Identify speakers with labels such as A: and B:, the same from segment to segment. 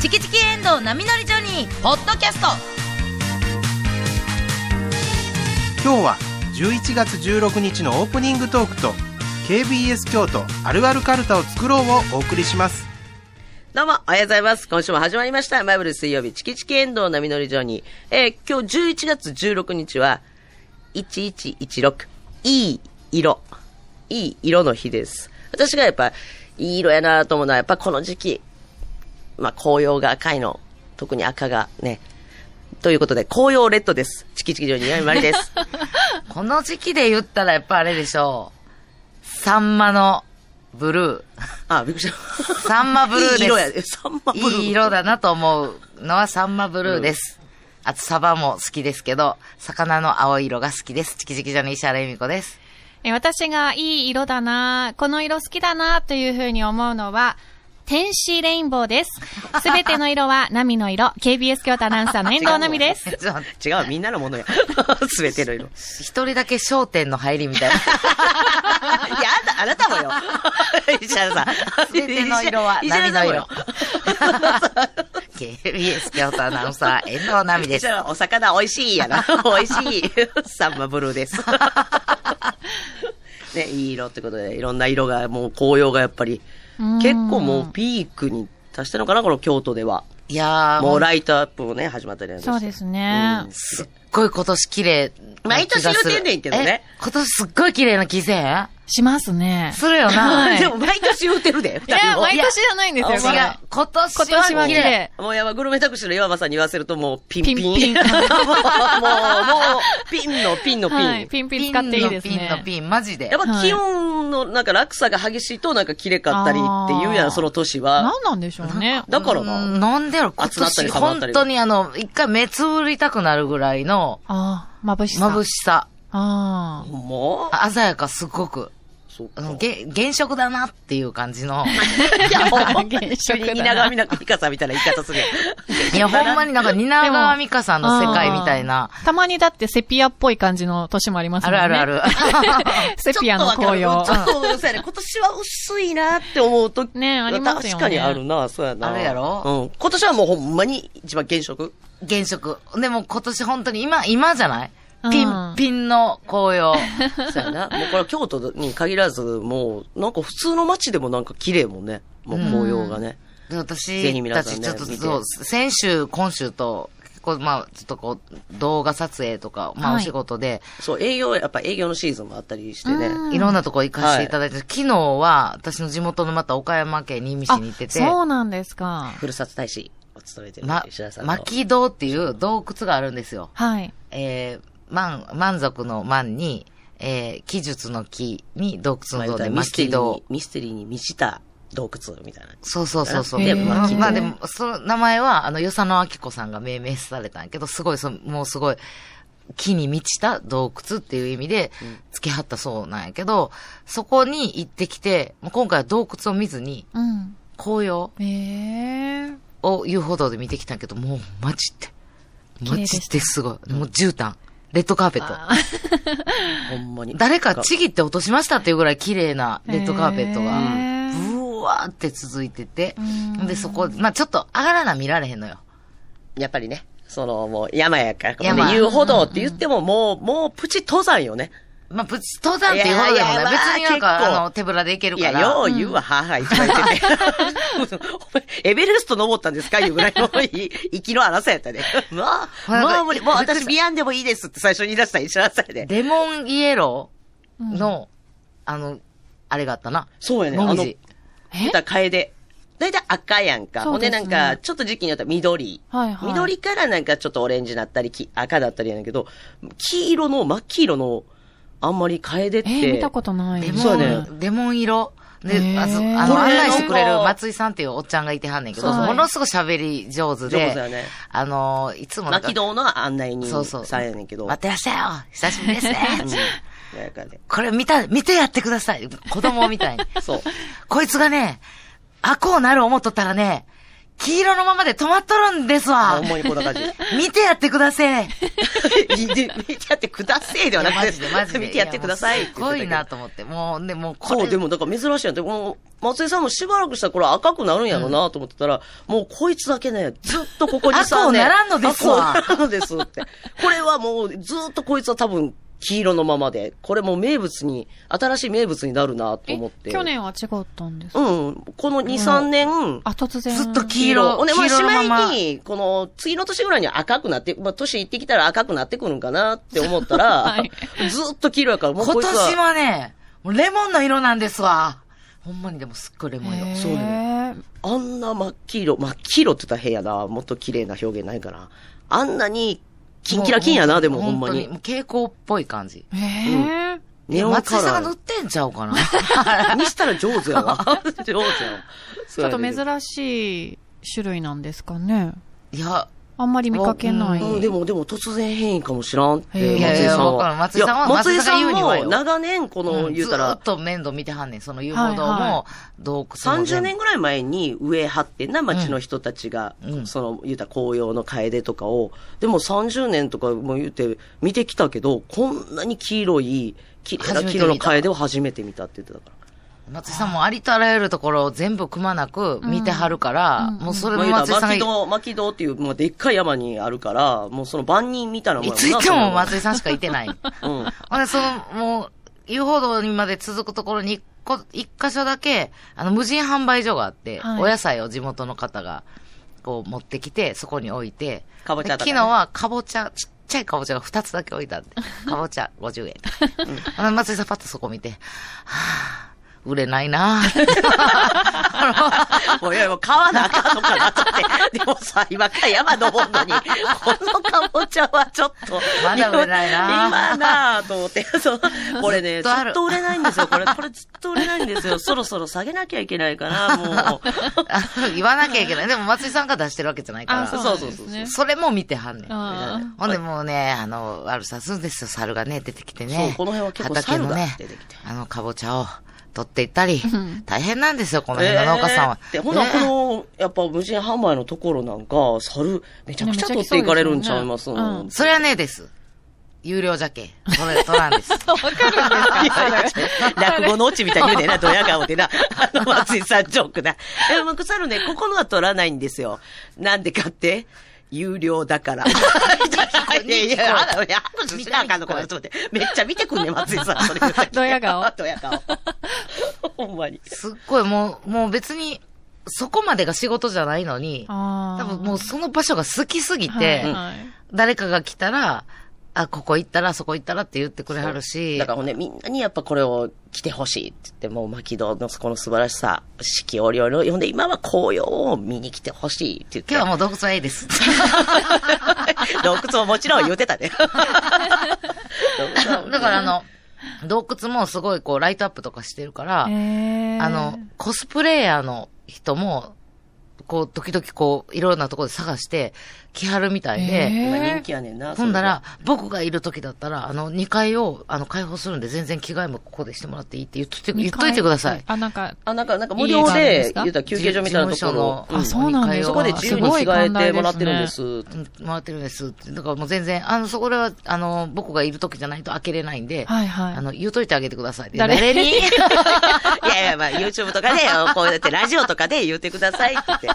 A: チキチキエンドウ波乗りジョニー」ポッドキャスト
B: 今日は11月16日のオープニングトークと KBS 京都あるあるカルタを作ろうをお送りします
C: どうも、おはようございます。今週も始まりました。マイブル水曜日、チキチキエンドウ波乗りジョニー。えー今日11月16日は、1116、いい色、いい色の日です。私がやっぱ、いい色やなと思うのは、やっぱこの時期、まあ、紅葉が赤いの、特に赤がね、ということで、紅葉レッドです。チキチキジョニー、やみまり です。
D: この時期で言ったらやっぱあれでしょう。サンマのブル
C: あ、びっくりし
D: ー。サンマ
C: た。
D: ブルーです。
C: いい色やで。サンマブルー。
D: いい色だなと思うのはサンマブルーです。あとサバも好きですけど、魚の青い色が好きです。チキチキジョニー石原由美子です。
E: えー私がいい色だな、この色好きだな、というふうに思うのは、天使レインボーです。すべての 色は波の色。KBS 京都アナウンサーの遠藤奈美です。
D: ちょっと
C: 違う、みんなのも のや。すべての色。
D: 一人だけ焦点の入りみた いな。
C: いや、あなた、 あなたもよ。石原さん。
D: すべての色は
C: 石原
D: 波の色
C: 石原さんもよ
D: KBS 京都アナウンサー、遠藤奈美で
C: 石
D: す。
C: 原さんお魚美味しいやな。 美味しい。サンマブルーです。 ね、いい色ってことで、いろんな色が、もう紅葉がやっぱり、
E: うん
C: 結構もうピークに達したのかな、この京都では。
D: いやー、
C: も
D: も
C: う
D: うすっ
C: ライトアップもね、始まったりなんかして
E: そうですね。
D: ごい今年綺麗な気がする。
C: 毎年言うてんねんけどね
D: え。今年すっごい綺麗な気せん
E: しますね。
D: するよな。
E: はい
C: でも毎年言うてるで、
E: い
C: 二人
E: や、
C: も。
E: 毎年じゃないんですよ、
D: 違う
E: これ。。
D: 今年は
E: 今年は綺麗。
C: もうやば、グルメタクシーの岩場さんに言わせるともうピンピン。
E: ピンピン
C: もう、もう、ピンのピンのピン。
E: はい。ピンピン使っていいです
D: ピンのピ
E: ね。
D: ンのピン、マジで。
C: やっぱ
E: はい
C: 気温のなんか落差が激しいとなんか綺麗かったりっていうや
E: あ
C: ん、
E: ー
C: その年は。
E: 何なんでしょ うね。
C: だからな。
D: なんでやろ、今
C: 暑なったり
D: 年、
C: 寒なったり
D: 本当にあの、一回目つぶりたくなるぐらいの
E: ああ、眩しさ。
D: 眩しさ。
E: あ
C: ほんま
D: あ鮮やか、すごく。
C: そう
D: あ
C: か。
D: の、げ、原色だなっていう感じの。
C: いや、ほんまに
E: 現象だな
C: 稲川美奈子美香さんみたいな言い方するやん。
D: いや、ほんまになんか、蜷川美香さ
E: あ。
D: んの世界みたいな。
E: あー。たまにだってセピアっぽい感じの年もあります
D: あ
E: もんね。
D: るあるある。
E: セ ピアの紅葉
C: ちょ。っとわかる、ちょっとそうやね。今年は薄いなって思うとき。
E: ねありますよね
C: 確かにあるな、そうやな。
D: あるやろ
C: うん。今年はもうほんまに一番原色。
D: 原色。でも今年本当に今、今じゃない
E: うん
D: ピン、ピンの紅葉。
C: そうやな。もうこれ京都に限らず、もう、なんか普通の街でもなんか綺麗もんね。もう紅葉がね。
D: で
C: ぜひ
D: 私
C: 皆
D: た
C: さん
D: ち
C: ね
D: ちょっと
C: 見て
D: そう、先週、今週と、結構まあ、ちょっとこう、動画撮影とか、まあ
E: は
D: お
E: い
D: 仕事で、
C: そう、営業、やっぱ営業のシーズンもあったりしてね。
E: うん
D: い、ろんなとこ行かせていただいて、昨日は私の地元のまた岡山県新見市に行ってて、
E: そうなんですか。
C: ふるさと大使を務めてる
D: ま
C: 石田さ、んの。
D: 巻洞っていう洞窟があるんですよ。
E: はい。
D: えー、満、満足の満に、えー、記述の木に洞窟
C: まあ
D: の
C: 言
D: 像
C: うた
D: で
C: らミステ
D: 巻
C: リー
D: 洞
C: に、。ミステリーに満ちた洞窟みたいな。
D: そうそうそうそう。
C: えー
D: まあ
C: 巻
D: まあ
C: 洞
D: でも、その名前は、あの、与謝野明子さんが命名されたんやけど、すごい、そのもうすごい、木に満ちた洞窟っていう意味で、付けはったそうなんやけど、そこに行ってきて、もう今回は洞窟を見ずに、
E: うん。
D: 紅葉
E: ええ
D: を遊歩道で見てきたんやけど、もう、マジって。マ
E: 麗でした
D: ジってすごい。もう、絨毯。レッドカーペット。
C: ほんまに。
D: 誰かちぎって落としましたっていうぐらい綺麗なレッドカーペットが、
E: へー
D: ブワーって続いてて
E: う、ん
D: で、そこ、まあちょっと、あがらな見られへんのよ。
C: やっぱりね、その、もう山やから、ここ
D: 山
C: で遊歩道って言っても、もう、もうプチ登山よね。
D: まあ、ぶち登山っていうほどでも
C: いやい
D: ね、
C: や
D: 別になん
C: まあ結構
D: か、あの、手ぶらで行ける
C: い
D: か
C: や、
D: ら。
C: よう言うわ、母一番言ってて。 エベレスト登ったんですかいうぐらいの、い生きの荒さやったね。ま
D: ほら
C: あ、もう無理、もう私ビアンでもいいですって最初に言い出した石原さんやで。
D: レモンイエローの、あの、あれがあったな。
C: そうやね、あ
D: もみ
C: の、
D: じ。
E: え
C: たカエデ。だいたい赤やんか。
E: そ
C: ほ
E: うんで
C: です
E: ね
C: なんか、ちょっと時期によっては緑。
E: はいはい
C: 緑からなんかちょっとオレンジになったり、き赤だったりやねんけど、黄色の、真っ黄色の、あんまりカエデっ
E: え
C: て。
E: ー見たことない。
D: レ
C: そ
D: モ
C: うやね
D: ン、レモン色。で、
E: へー
D: あそあの、
C: これ
D: 案内してくれ
C: なん
D: る
C: か
D: 松井さんっていうおっちゃんがいてはんねんけど、
E: はい
D: ものすごい喋り上手で、
C: 上手やね
D: あの、いつもなんか
C: 巻き、堂の案内人
D: そうそう
C: さんやねんけど。
D: 待ってらっしゃいよ久しぶりですね
C: うんなんかね
D: これ見た、見てやってください子供みたいに。
C: そう。
D: こいつがね、あこうなる思っとったらね、黄色のままで止まっとるんですわ
C: ほん。まにこんな感じ。
D: 見てやってくださ い。
C: いで見てやってくださいではなくて、
D: マジでマジで。
C: 見てやってくださいって
D: や
C: 言っ
D: もう
C: てた
D: すごい
C: けど
D: なと思って。もう、でもこれ。
C: そう、でも、だから珍しいなって、もう、松井さんもしばらくしたらこれ赤くなるんやろうなと思ってたら、もうこいつだけね、ずっとここにさ、
D: 赤を
C: ね
D: ならんのですわ
C: 赤をならんのですって。これはもう、ずっとこいつは多分、黄色のままで、これもう名物に、新しい名物になるなと
E: え
C: 思って。
E: 去年は違ったんです。
C: うん、この2、3年、
E: あ、突然。
D: ずっと黄色
C: ほんで、まあ、
D: 黄色
C: し
D: のまま
C: まいに、この、次の年ぐらいには赤くなって、まあ、年いってきたら赤くなってくるんかなって思った ら、
E: はい
C: ずっと黄色やから、もうこ
D: 今
C: いつは。
D: 年はね、もうレモンの色なんですわ。ほんまにでもすっごいレモン色。
E: へー
C: そうよあんな真っ黄色、真っ黄色って言ったら変やな。もっと綺麗な表現ないかな。あんなに、キンキラキンやな、でもほんまに。
D: もう蛍光っぽい感じ。
E: へえ。
C: ネオン
D: 松
C: カ
D: 井さ
C: ラ
D: んが塗
C: ー
D: ってんちゃ うかな。
C: にしたら上手や わ。上手やわ。
E: ちょっと
C: し
E: 珍しい種類なんですかね。
D: いや、
E: あんまり見かけない。
D: うん
C: でも、でも突然変異かもしらんって、松井
E: へ
C: さん
E: え
D: いやいやわか
C: は。
D: る松井さんはい
C: や松井さ
D: 松井さんが言うにはよ
C: んも長年、この、
D: うん
C: 言うた
D: ずー
C: ら
D: っ、と面倒見てはんねん。その UFO 道
E: はいは
D: も、洞窟も全部。
C: 30年ぐらい前に植え張ってんな、町の人たちが、
D: うん
C: その、言うたら紅葉の楓とかを、でも30年とかも言うて、見てきたけど、こんなに黄色い、綺麗な黄色の楓を初めて見たって言ってたから。
D: 松井さんもありとあらゆるところを全部くまなく見てはるから、もうそれ
C: ま
D: も
C: あ、言う
D: 松井
C: た
D: さ
C: ら、
D: ん
C: 牧
D: が
C: 道、牧道っていう、まあ、でっかい山にあるから、もうその万人みたいなもん
D: い
C: やんな
D: つ行っても松
C: そ
D: 井さんしかいてない。
C: のうん。
D: ほんで、その、もう、遊歩道にまで続くところに一個、一箇所だけ、あの、無人販売所があって、
E: はい
D: お野菜を地元の方が、こう、持ってきて、そこに置いて、
C: かぼちゃとか
D: で
C: ね
D: 昨日は、かぼちゃ、ちっちゃいかぼちゃが2つだけ置いた んで、かぼちゃ50円。ほんで松井さんパッとそこ見て、はぁ、売れないな ぁ。
C: もういや、もう買わなあかんのかなと って。でもさ、今から山登るのに、このかぼちゃはちょっと。
D: まだ売れないな
C: 今なあと思って。 そうこれね、
D: ず
C: ず
D: っとある
C: っと売れないんですよ。これ、これずっと売れないんです よ。そろそろ下げなきゃいけないかな、もう。
D: 言わなきゃいけない。でも松井さんが出してるわけじゃないから。
E: あ、そうなんですね。
D: それも見てはんねん。
E: あー
D: ほんでもうね、あの、悪さするんですよ、猿がね、出てきて
C: そ
D: ね。
C: うこの辺は結構
D: 畑のね
C: 猿が出てきて、
D: あの、かぼちゃを取っていったり
E: ん、
D: 大変なんですよ、この辺の農家さんは。
C: えーってほな、
D: ね
C: この、やっぱ無人販売のところなんか、猿、めちゃくちゃ取っていかれるんちゃいます
E: ねめちゃく
D: それはねえです。有料じゃけ。それ取らんです。
E: わかるんです か
C: 落語のオチみたいに言うねんな、ドヤ顔でな。あの、松井さんジョークな。え、もう腐るね、ここのは取らないんですよ。なんでかって有料だ から。いやいやいや、あら、いや、拍手しなあかんのかな、ちょっと待って。めっちゃ見てくんね、松井さん、 それ。
E: ドヤ顔
C: ドヤ顔。 ほんまに。
D: すっごいもう、もう別に、そこまでが仕事じゃないのに、
E: あ
D: 多
E: ー
D: 分もうその場所が好きすぎて、
E: はいはい
D: 誰かが来たら、あ、ここ行ったら、そこ行ったらって言ってくれはるし。
C: だからほんで、みんなにやっぱこれを着てほしいって言って、もう牧戸のこの素晴らしさ、四季折々を呼んで、今は紅葉を見に来てほしいって言って。
D: 今日はもう洞窟はいいです。
C: 洞窟ももちろん言ってたね。
D: だからあの、洞窟もすごいこうライトアップとかしてるから、
E: へー
D: あの、コスプレイヤーの人も、こう、時々こう、いろんなところで探して、来はるみたいで、
C: 今
E: へー
C: 人気やねんな。
D: ほんだら、僕がいる時だったら、あの、2階を、あの、開放するんで、全然着替えもここでしてもらっていいって言っといて、言っといてください。
E: あ、なんか、
C: あ、なんか、なんか無料で、言うたら休憩所みたいなと
D: 事務所
C: ころ
D: の、
C: うん
E: あそうなんです
C: そ
E: か
C: こで自由に
E: すご
C: 着
E: い
C: 替えてもらってるんです。
D: うんもらってるんですって。だからもう全然、あの、そこでは、あの、僕がいる時じゃないと開けれないんで、
E: はいはい
D: あの、言うといてあげてくださいって。
E: 誰
D: 誰 に
C: いやいや、まあ、YouTube とかで、こうやってラジオとかで言ってくださいって言って。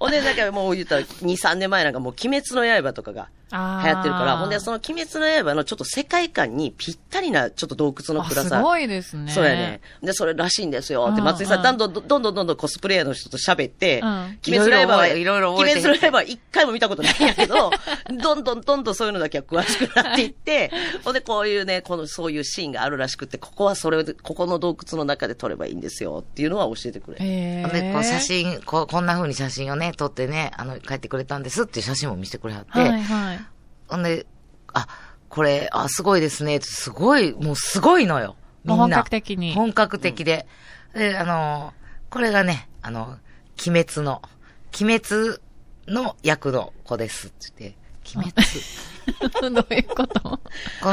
C: ほんで、だからもう言ったら、2、3年前なんかもう鬼滅の刃とかが流
E: あー
C: 行ってるから、ほんで、その鬼滅の刃のちょっと世界観にぴったりな、ちょっと洞窟の
E: あ
C: 暗
E: す
C: さ。
E: ごいですね。
C: そうやね。。で、それらしいんですよ。って、
E: うん
C: 松井さ、
E: うんん
C: どんどん、どんどんどんどんコスプレイヤーの人と喋って、
E: うん
C: 鬼滅の刃は、
D: いろいろ覚
C: 鬼
D: えて
C: 滅の刃は一回も見たことないんやけど、どんどんどんどんそういうのだけは詳しくなっていって、ほんで、こういうね、この、そういうシーンがあるらしくて、ここはそれを、ここの洞窟の中で撮ればいいんですよ、っていうのは教えてくれる。
E: へー
D: で、こう写。真、こう、こんな風に写真をね、撮ってね、あの、帰ってくれたんですっていう写真も見せてくれはって、
E: はいはい。
D: ほんで、あ、これ、あ、すごいですね、すごい、もうすごいのよ。みんな
E: 本格的に
D: 本格的で。で、あの、これがね、あの、鬼滅の、鬼滅の役の子ですって言って、鬼滅。
E: どういうこと
D: こ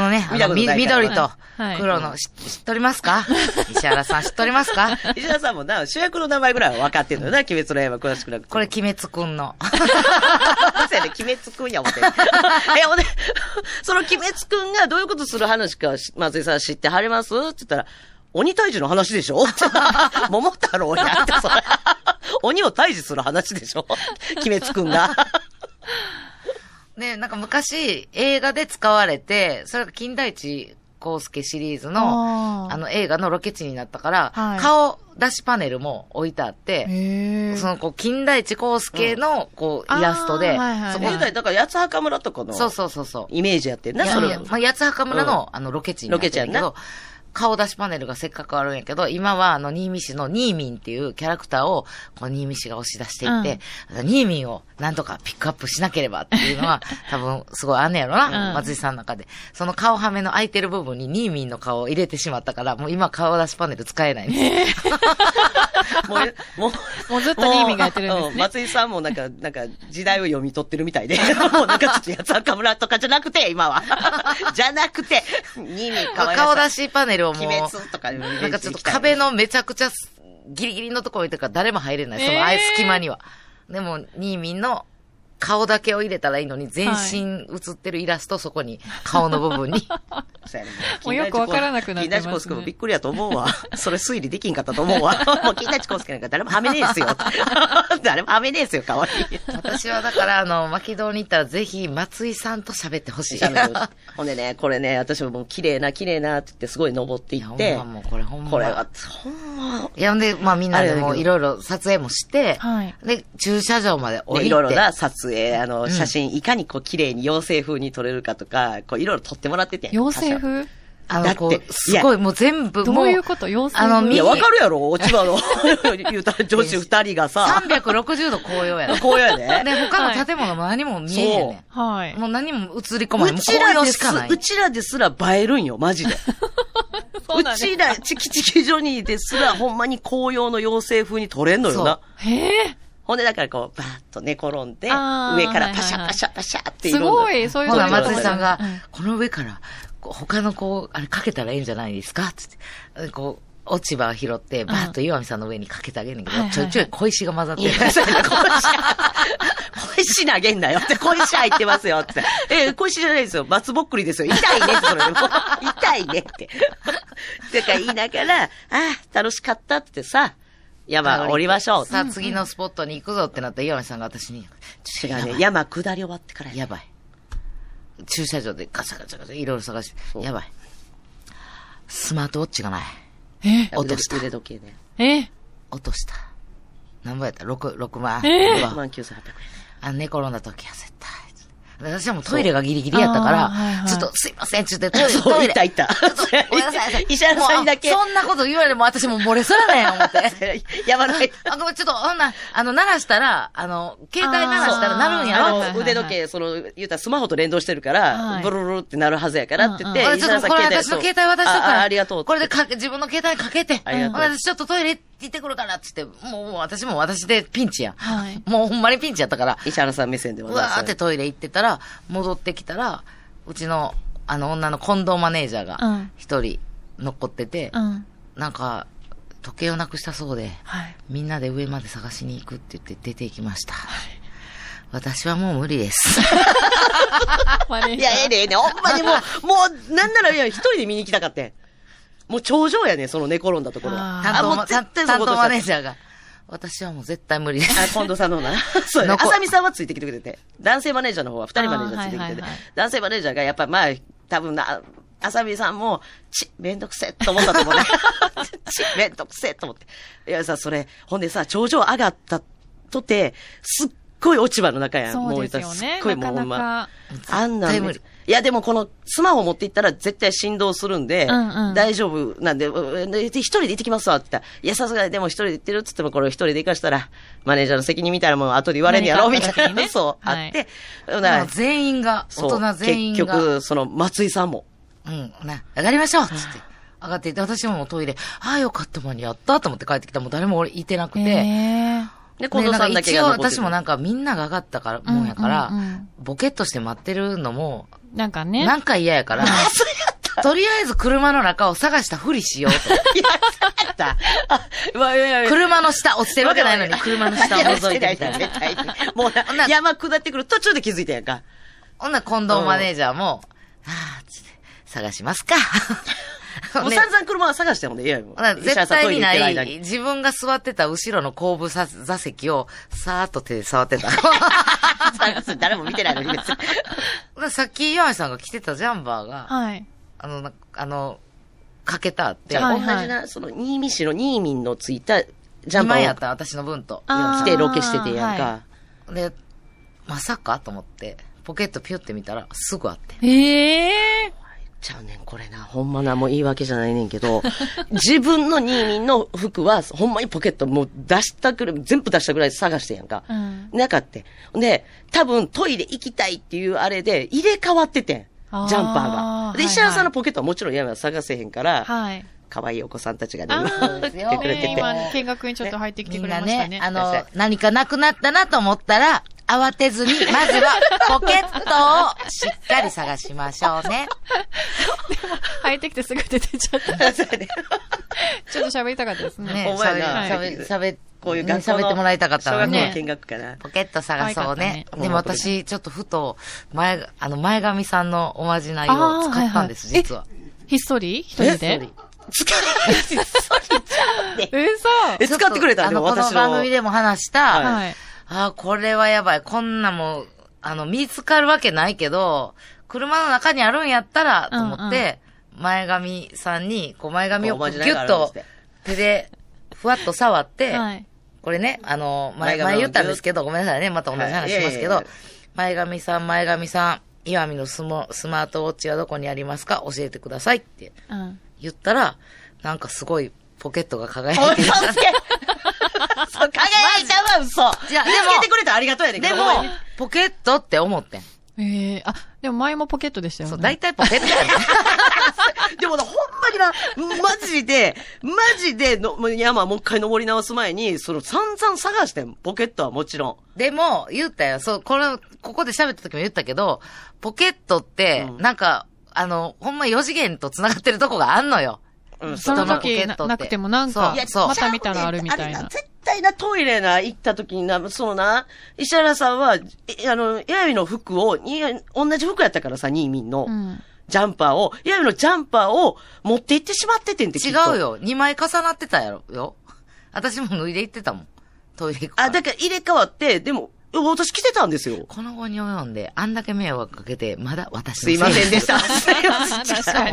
D: のね、あ
C: 見たこ
D: の、
C: とない
D: み
C: から
D: 緑と
E: はい
D: 黒の、し知っとりますか石原さん知っとりますか
C: 石田さんもな、主役の名前ぐらいは分かってんのよな、鬼滅の刃詳しくなくても。
D: これ、鬼滅くんの。
C: そうやね、鬼滅くんや思 って。え、ほんで、 その鬼滅くんがどういうことする話かし、松井さん知ってはりますって言ったら、鬼退治の話でしょって 桃太郎やって、それ。 鬼を退治する話でしょ鬼滅くん が。
D: ね、なんか昔、映画で使われて、それが金田一光介シリーズ
E: あ
D: の、
E: ー
D: あの映画のロケ地になったから、
E: はい
D: 顔出しパネルも置いてあって、
E: へ
D: その、こう、金田一光介の、こう、
E: あー
D: イラストで、
E: はいはい
D: そこ
C: えだから、八つ墓村とかの、
D: そうそうそうそう。
C: イメージやってん
D: い
C: な、
D: や
C: そ
D: い
C: れ
D: や。まあ、八つ墓村の、あの、ロケ地になって
C: ロケ
D: るけ
C: 地やん
D: ど、顔出しパネルがせっかくあるんやけど、今はあの、新見市のニーミンっていうキャラクターを、こう、新見市が押し出していって、ニーミンをなんとかピックアップしなければっていうのは、多分、すごいあんねやろな、
E: うん
D: 松井さんの中で。その顔はめの空いてる部分にニーミンの顔を入れてしまったから、もう今顔出しパネル使えないんです。
C: もう、もう、
E: もうずっとニーミーがやってるんです
C: も
E: ね
C: うう松井さんもなんか、なんか、時代を読み取ってるみたいで。 もうなんか、ちょっと八つ墓村とかじゃなくて、今は。 じゃなくて、ニーミーかわいら
D: 顔出
C: しい。
D: しパネルをも
C: 鬼
D: う、
C: 滅とかいうイメージ
D: なん
C: で
D: か
C: き
D: ち
C: たよ
D: ょっ
C: ね
D: と壁のめちゃくちゃすギリギリのところにいてるから誰も入れない。そのあい
E: えー
D: 隙間には。でも、ニーミンの顔だけを入れたらいいのに、全身映ってるイラスト、そ こに、顔の部分に。
C: そうやね
E: もうよくわからなくなってますね
C: 金田一耕助もびっくりやと思うわ。 それ推理できんかったと思うわ。 もう金田一耕助なんか誰もはめねえっすよ。 誰もはめねえっすよ、かわいい。
D: 私はだから、あの、巻き堂に行ったらぜひ、松井さんと喋ってほしい。い
C: ほんでね、これね、私ももう綺麗な綺麗なって言ってすごい登ってい
D: や、ほ
C: っ
D: ん
C: て
D: ま、もうこれほんま。
C: これは、ほんま、
D: いや、ほんで、まあみんなでもいろいろ撮影もして、
E: はい
D: で、駐車場まで降り
C: ね、
D: て。
C: いろいろな撮影、あの、
D: ん
C: 写真、いかにこう綺麗に妖精風に撮れるかとか、こういろいろ撮ってもらってて。
E: 妖精風
D: あ
C: だっ
D: の、
C: て
D: こう、すごい、もう全部、
E: ど
D: も
E: ういうこと妖精
D: あの
E: 風
C: いや、
D: 右
C: わかるやろ千葉の、 言うたら女子二人がさ、
D: 360度紅葉やな。
C: こうやね。
D: で、他の建物も何も見えへんね
E: はい
D: ん。。もう何も映り込まな
C: う
D: い。もう
C: ちら
D: 紅葉
C: で
D: しかな
C: す、
D: い。
C: うちらですら映えるんよ、マジで。
E: そう
C: う
E: なんです
C: ちら、チキチキジョニーですら、ほんまに紅葉の妖精風に撮れんのよな。
E: へえ。
C: ほんで、だからこう、バーッと寝転んで、上
E: あー
C: からパシャパシャパシャってい
E: す
C: ろんな
E: ごい、そういう
D: ほ
E: こと
D: ら、
E: ですね
D: 松井さんが、この上から、こう他のこう、あれかけたらいいんじゃないですかつって、こう、落ち葉を拾って、バーッと岩見さんの上にかけてあげるんだけ
E: うん
D: ど、ちょいちょい小石が混ざって
C: い
D: る
C: や。 それ小石投げんなよ って、小石入ってますよって。 え、小石じゃないですよ。松ぼっくりですよ。痛いねって、それでも。痛いねって。 だから言いながら、ああ、楽しかったってさ、山降りましょうって。
D: さあ、次のスポットに行くぞってなったら岩見さんが私に、
C: 違うね。山下り終わってから
D: やばい。駐車場でガチャガチャガチャいろいろ探して、やばい。スマートウォッチがない。
E: え、
D: 落とした
C: 腕時計ね。
E: え、
D: 落とした。何ぼやった ?6、6万。うわ
C: 1万9800円。
D: あ寝転んだ時は絶対。私はもうトイレがギリギリやったか
E: あーはいは
D: ら、
E: い
D: ちょっとすいません、ちょっと
C: そ
D: ト
C: う、
D: イ
C: い
D: レ。
C: たいた。
D: ごめんなさ い。
C: 石原さんにだけ
D: もう。あそんなこと言われても私もう漏れそうやねん、思って。
C: やばない。
D: あ、ごめん、ちょっと、ほんな、あの、鳴らしたら、あの、携帯鳴らしたら鳴るんや
E: あ
D: ろ。
E: ーはいはいはい
C: 腕時計、その、言うたらスマホと連動してるから
E: は、い
C: ブルルルってなるはずやからって言って、
D: これ
C: 石
D: ち
C: 原
D: ょっ
C: さ
D: と、
C: ん
D: これ
C: 携
D: 私
C: 帯
D: の携帯渡しとくか
C: あ
D: ら。
C: あありがとう。
D: これでかけ、自分の携帯にかけて。
C: ありがとう
D: ほんで私ちょっとトイレ行ってくるから、つって、もうもう私も私でピンチやん。
E: はい
D: もうほんまにピンチやったから、
C: 石原さん目線でご
D: う
C: ざい
D: わ
C: ます。
D: ーってトイレ行ってたら、戻ってきたら、うちの、あの、女の近藤マネージャー
E: う
D: が
E: ん、
D: 一人残ってて、
E: うん。
D: なんか、時計をなくしたそうで、
E: はい。
D: みんなで上まで探しに行くって言って出て行きました。私はもう無理で す。
C: いや、ええねええねほんまにも う、もう、なんならいや、一人で見に行きたかってん。もう頂上やねその寝転んだところは。
E: あ
D: 担当
C: あも
D: ま、
C: う絶
D: 担
C: 対そ
D: 担
C: ういうこと
D: 当
C: した
D: マネージャーが、私はもう絶対無理で
C: あ、
D: す。
C: 近藤さんの方 な。そうやね。あ
D: 残
C: さみさんはついてきてくれて。男性マネージャーの方は二人マネージャーついてきてて、
E: あーはいはいはい
C: 男性マネージャーがやっぱりまあ、多分な、あさみさんも、ち、めんどくせえと思ったと思う ね。ち、めんどくせえと思って。いやさ、それ、ほんでさ、頂上上がったとて、すっごい落ち葉の中やん。
E: そうです
C: 言
E: よ
C: たら
E: ね
C: すっ。ごい
E: な
C: もうほ
E: かなん
C: ま。
E: か。
C: あんなん
D: 絶対無
C: で
D: 理。
C: いや、でもこのスマホ持って行ったら絶対振動するんで、
E: うんうん
C: 大丈夫なんで、うで一人で行ってきますわって言ったら、いや、さすがにでも一人で行ってるって言っても、これ一人で行かしたら、マネージャーの責任みたいなもん後で言われんやろ、み
E: 何かあったた
C: い
E: 時
C: な、
E: にね
C: そう、
E: はい
C: あって、ほな
D: もう全員が、
C: そ
D: 大
C: う
D: 人全員が。
C: 結局、その、松井さんも。
D: うん、ね、上がりましょうっつって。上がっていって、私ももうトイレ、ああよかった間にやったと思って帰ってきたらもう誰も俺いてなくて。
E: え
C: で、近
D: で
C: 藤
D: なん
C: さ
D: か
C: んだけ
D: 一応
C: が残ってる
D: 私もなんかみんなが上がったから、もんやから
E: うんうんうん、
D: ボケっとして待ってるのも、
E: なんかね。
D: なんか嫌や から、とりあえず車の中を探したふりしよ うと。
C: あった。あ、わいやいや
D: 車の下落ちてるわけないのに、車の下を覗いてみたいな。
C: 絶対にもうな
D: ほんなら
C: 山下ってくる途中で気づいたやんか。
D: ほんなら近藤マネージャーも、ああ、つって、探し ますか。
C: もう
D: ね
C: 散々車は探してもね、いやもう
D: ほんなら
C: 医者
D: 絶
C: さんト
D: 対
C: イ
D: に
C: レ行っ
D: な
C: てる間
D: い、自分が座ってた後ろの後部さ座席を、さーっと手で触って た。
C: 探す 誰も見てないのに別に。
D: ほんならさっき岩井さんが着てたジャンバーが、
E: はい。
D: あの、なんかあの、かけたって
C: じ。ゃあ
E: は
C: 同
E: い
C: じ
E: はい
C: な、その、新見市の新民のついたジャンパ
D: 今や
C: ー
D: っ
C: を
D: たら私の分と。
E: あー
C: 着てロケしててやん
E: は
C: か。
D: で、まさかと思って、ポケットピュって見たら、すぐあって。
E: いええ
C: ちゃうねん、これな。ほんまな、もう言い訳じゃないねんけど、自分の新民の服は、ほんまにポケットもう出したくらい、全部出したぐらい探してやんか。
E: うん
C: なかって。で、多分トイレ行きたいっていうあれで、入れ替わっててん。
E: あー
C: ジャンパーが。で、
E: はいはい
C: 石原さんのポケットはもちろん山探せへんから、
E: はい。
C: 可愛いお子さんたちがね、
E: あー
C: 今、 来てくれて
E: ね
C: て。
E: 今、見学にちょっと入ってきて
D: み
E: く
D: ん
E: れ
D: な
E: ました
D: ね
E: ね。、
D: あ
C: いらっ
D: の
C: しゃ、
D: 何かなくなったなと思ったら、慌てずに、まずはポケットをしっかり探しましょうね。
E: 入ってきてすぐ出てっちゃった。 ちょっと喋りたかったですね。
D: ね、
C: お前な
D: 喋、喋、喋、
C: こういう
D: ね
C: 学校の
D: 喋ってもらいたかったわ
C: 小学校の
D: ね。
C: 見学かな。
D: ポケット探そうね。
E: 可愛かった
C: ね
D: でも私、ちょっとふと、前、あの、前髪さんのおまじないを使ったんです、
E: あーはいはい
D: 実は。
E: ひっそり一人で嘘
C: え使ってくれた
D: ちょ
C: で
D: っ
C: も
D: とあの、こ
C: 私
D: の
C: の。
D: 番組でも話した、
C: はい
E: はい。
D: あーこれはやばい。こんなもう、あの、見つかるわけないけど、車の中にあるんやったら、と思って、前髪さんに、こう前髪を
C: お
D: こ
C: ま
D: う
C: じ
D: ギ
C: ない
D: ュ
C: があ
D: ッ
C: るんですっ
D: と
C: て
D: 手で、ふわっと触って、
E: はい。
D: これね、あの、前、
C: 前髪を
D: 前言ったんですけど、ごめんなさいね、また同じ
C: はい
D: 話しますけ
C: いやいやいやい
D: ど
C: や、
D: 前髪さん、前髪さん、岩見のスモスマートウォッチはどこにありますか教えてくださいって
E: うん。
D: 言ったら、なんかすごいポケットが輝
C: お
D: い
C: い
D: てる
C: 嘘。つ けそう、輝いたわ、嘘。
D: いやで
C: 見
D: も
C: つけてくれたらありがとうやねんけ
D: で
C: ど
D: も
C: ほんまに、
D: ポケットって思ってん。
E: ええあ、でも前もポケットでしたよ
D: そう、
E: ね
D: 大。体ポケットやね
C: でもな、ほんまにな、マジで、マジでの、もう山もう一回登り直す前に、その散々探してん、ポケットはもちろん。
D: でも、言ったよ。そう、これ、ここで喋った時も言ったけど、ポケットって、
C: うん
D: なんか、あの、ほんま4次元と繋がってるとこがあんのよ。
C: うん、
E: その時
D: 人のポケッ
E: な
D: トって
E: なくてもなんか
D: いや、そう
E: また見たらあるみたい
C: あれ
E: な。
C: 絶対な、トイレな、行った時にな、そのな、石原さんは、えあの、やゆの服を、いや同じ服やったからさ、ニーミンの、
E: うん。
C: ジャンパーを、やゆのジャンパーを持って行ってしまっててんってき
D: 違
C: っと
D: う。よ。2枚重なってたやろ。よ。私も脱いで行ってたもん。トイレ行くから。
C: あ、だから入れ替わって、でも、え私来てたんですよ。
D: この後に及んで、あんだけ迷惑かけて、まだ私
C: すいませんでした。
E: 確か に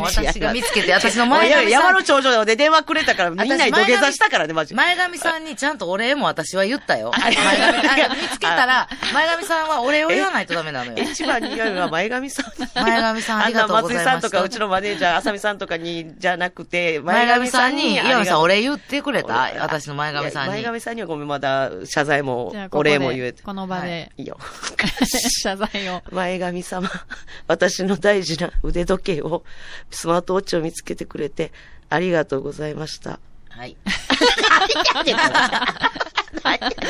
D: 私が見つけて、私の
C: もう
D: 前
C: や
D: 髪
C: 山
D: さ
C: の頂上で電話くれたから、みんなに土下座したからね、マジ
D: ん、
C: で。
D: 前髪さんにちゃんとお礼も私は言ったよ。前
C: れ
D: 髪あ見つけたら、前髪さんはお礼を言わないとダメなのよ。
C: 一番に言うのは前髪さん。
D: 前髪さんありがとうございました
C: あんな松井さんとか、うちのマネージャー、浅見さんとかに、じゃなくて、
D: 前髪さんに、
C: あり
D: 岩
C: が
D: 見
C: とう
D: さんお礼言ってくれ
C: 俺
D: た私の前髪
C: い
D: さん
C: や前
D: に。
C: 髪さんにはごめん、まだ謝罪も
E: じゃあ、こ
C: お
E: こ
C: 礼も言え
E: で
C: て、。
E: この場で、
C: いいよ。
E: 謝罪を。
C: 前髪様、私の大事な腕時計を、スマートウォッチを見つけてくれて、ありがとうございました。
D: はい。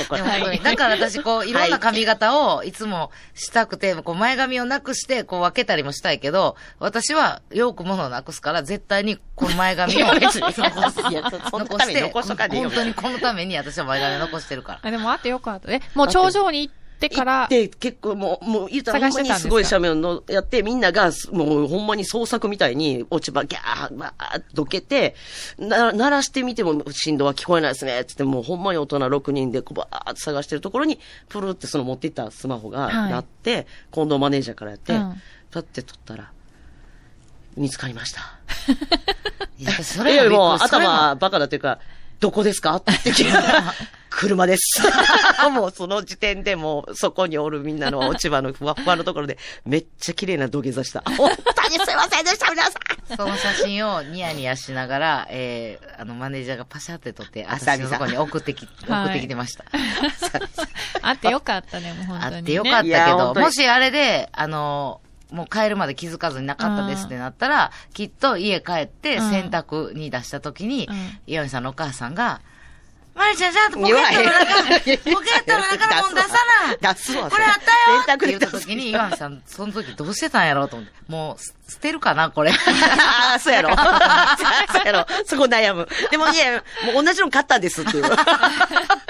C: これ
D: でもこれだから私、こう、いろんな髪型をいつもしたくて、こう、前髪をなくして、こう、分けたりもしたいけど、私は、よくものをなくすから、絶対に、この前髪を残し
C: いやそそんなために
D: て、
C: 残しとかんでいいよ
D: 本当にこのために私は前髪残してるから。
E: あ、でもあってよかった。え、もう頂上に行ってから、
C: で、結構もう、もう、言うたらほん
E: 探し
C: ま
E: て
C: に
E: たんです
C: す
E: か
C: ごい斜面のやって、みんなが、すもうほんまに創作みたいに、落ち葉ギャー、ばーっとどけて、な、鳴らしてみても振動は聞こえないですね、つって、もうほんまに大人6人で、こうばーっと探してるところに、プルってその持っていったスマホが
E: はい
C: 鳴って、近藤マネージャーからやって、
E: うん
C: パって取ったら、見つかりました。
D: いや、私そ
C: い
D: れ
C: やいや
D: もびっ
C: もう
D: くりそれも
C: 頭バカだというか、どこですかって聞いたら車です。 もうその時点でもうそこにおるみんなの落ち葉のふわふわのところで、めっちゃ綺麗な土下座した。本当にすいませんでした、皆さん。
D: その写真をニヤニヤしながら、えー、あの、マネージャーがパシャって撮って、
C: 浅
D: 私
C: 見
D: の
C: さ
D: と
C: ん
D: こに送ってき、送ってきてました。
E: あってよかったね、もう本当に、ね。
D: あってよかった
C: い
D: け
C: や本
D: ど、
C: 当に
D: もしあれで、あの、もう帰るまで気づかずになかったですってなったら、きっと家帰って
E: うん
D: 洗濯に出した時に、
E: うん
D: 岩見さんのお母さんが、まるちゃん、ちゃんとポケットの中から、 ポケットの中からもん出さな い。
C: 出すわ。
D: これあったよって
C: 電
D: 言っ
C: 卓で出
D: た
C: す
D: 時に、岩見さん、その時どうしてたんやろうと思って、もう、す捨てるかな、これ。
C: あ あ、そうやろ。 そうやろ。そこ悩む。でも、いや、もう同じの買ったんです っていう。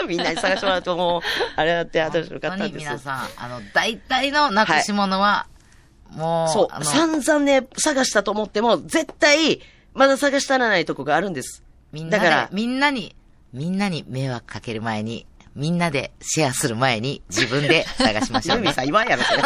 C: みんなに探してもらうと、もう、あれだって私の買っ
D: 本
C: た
D: 当
C: ん
D: に
C: です。
D: 皆さん、あの、大体のなくし物は、もう、
C: そ
D: あ
C: う。
D: の、
C: 散々ね、探したと思っても、絶対、まだ探したらないとこがあるんです。
D: みんな
C: だから
D: で、みんなに、みんなに迷惑かける前に、みんなでシェアする前に、自分で探しましょ
C: ユ ー
D: う
C: ミ
D: ね
C: ン。さん言わんやろ、それ。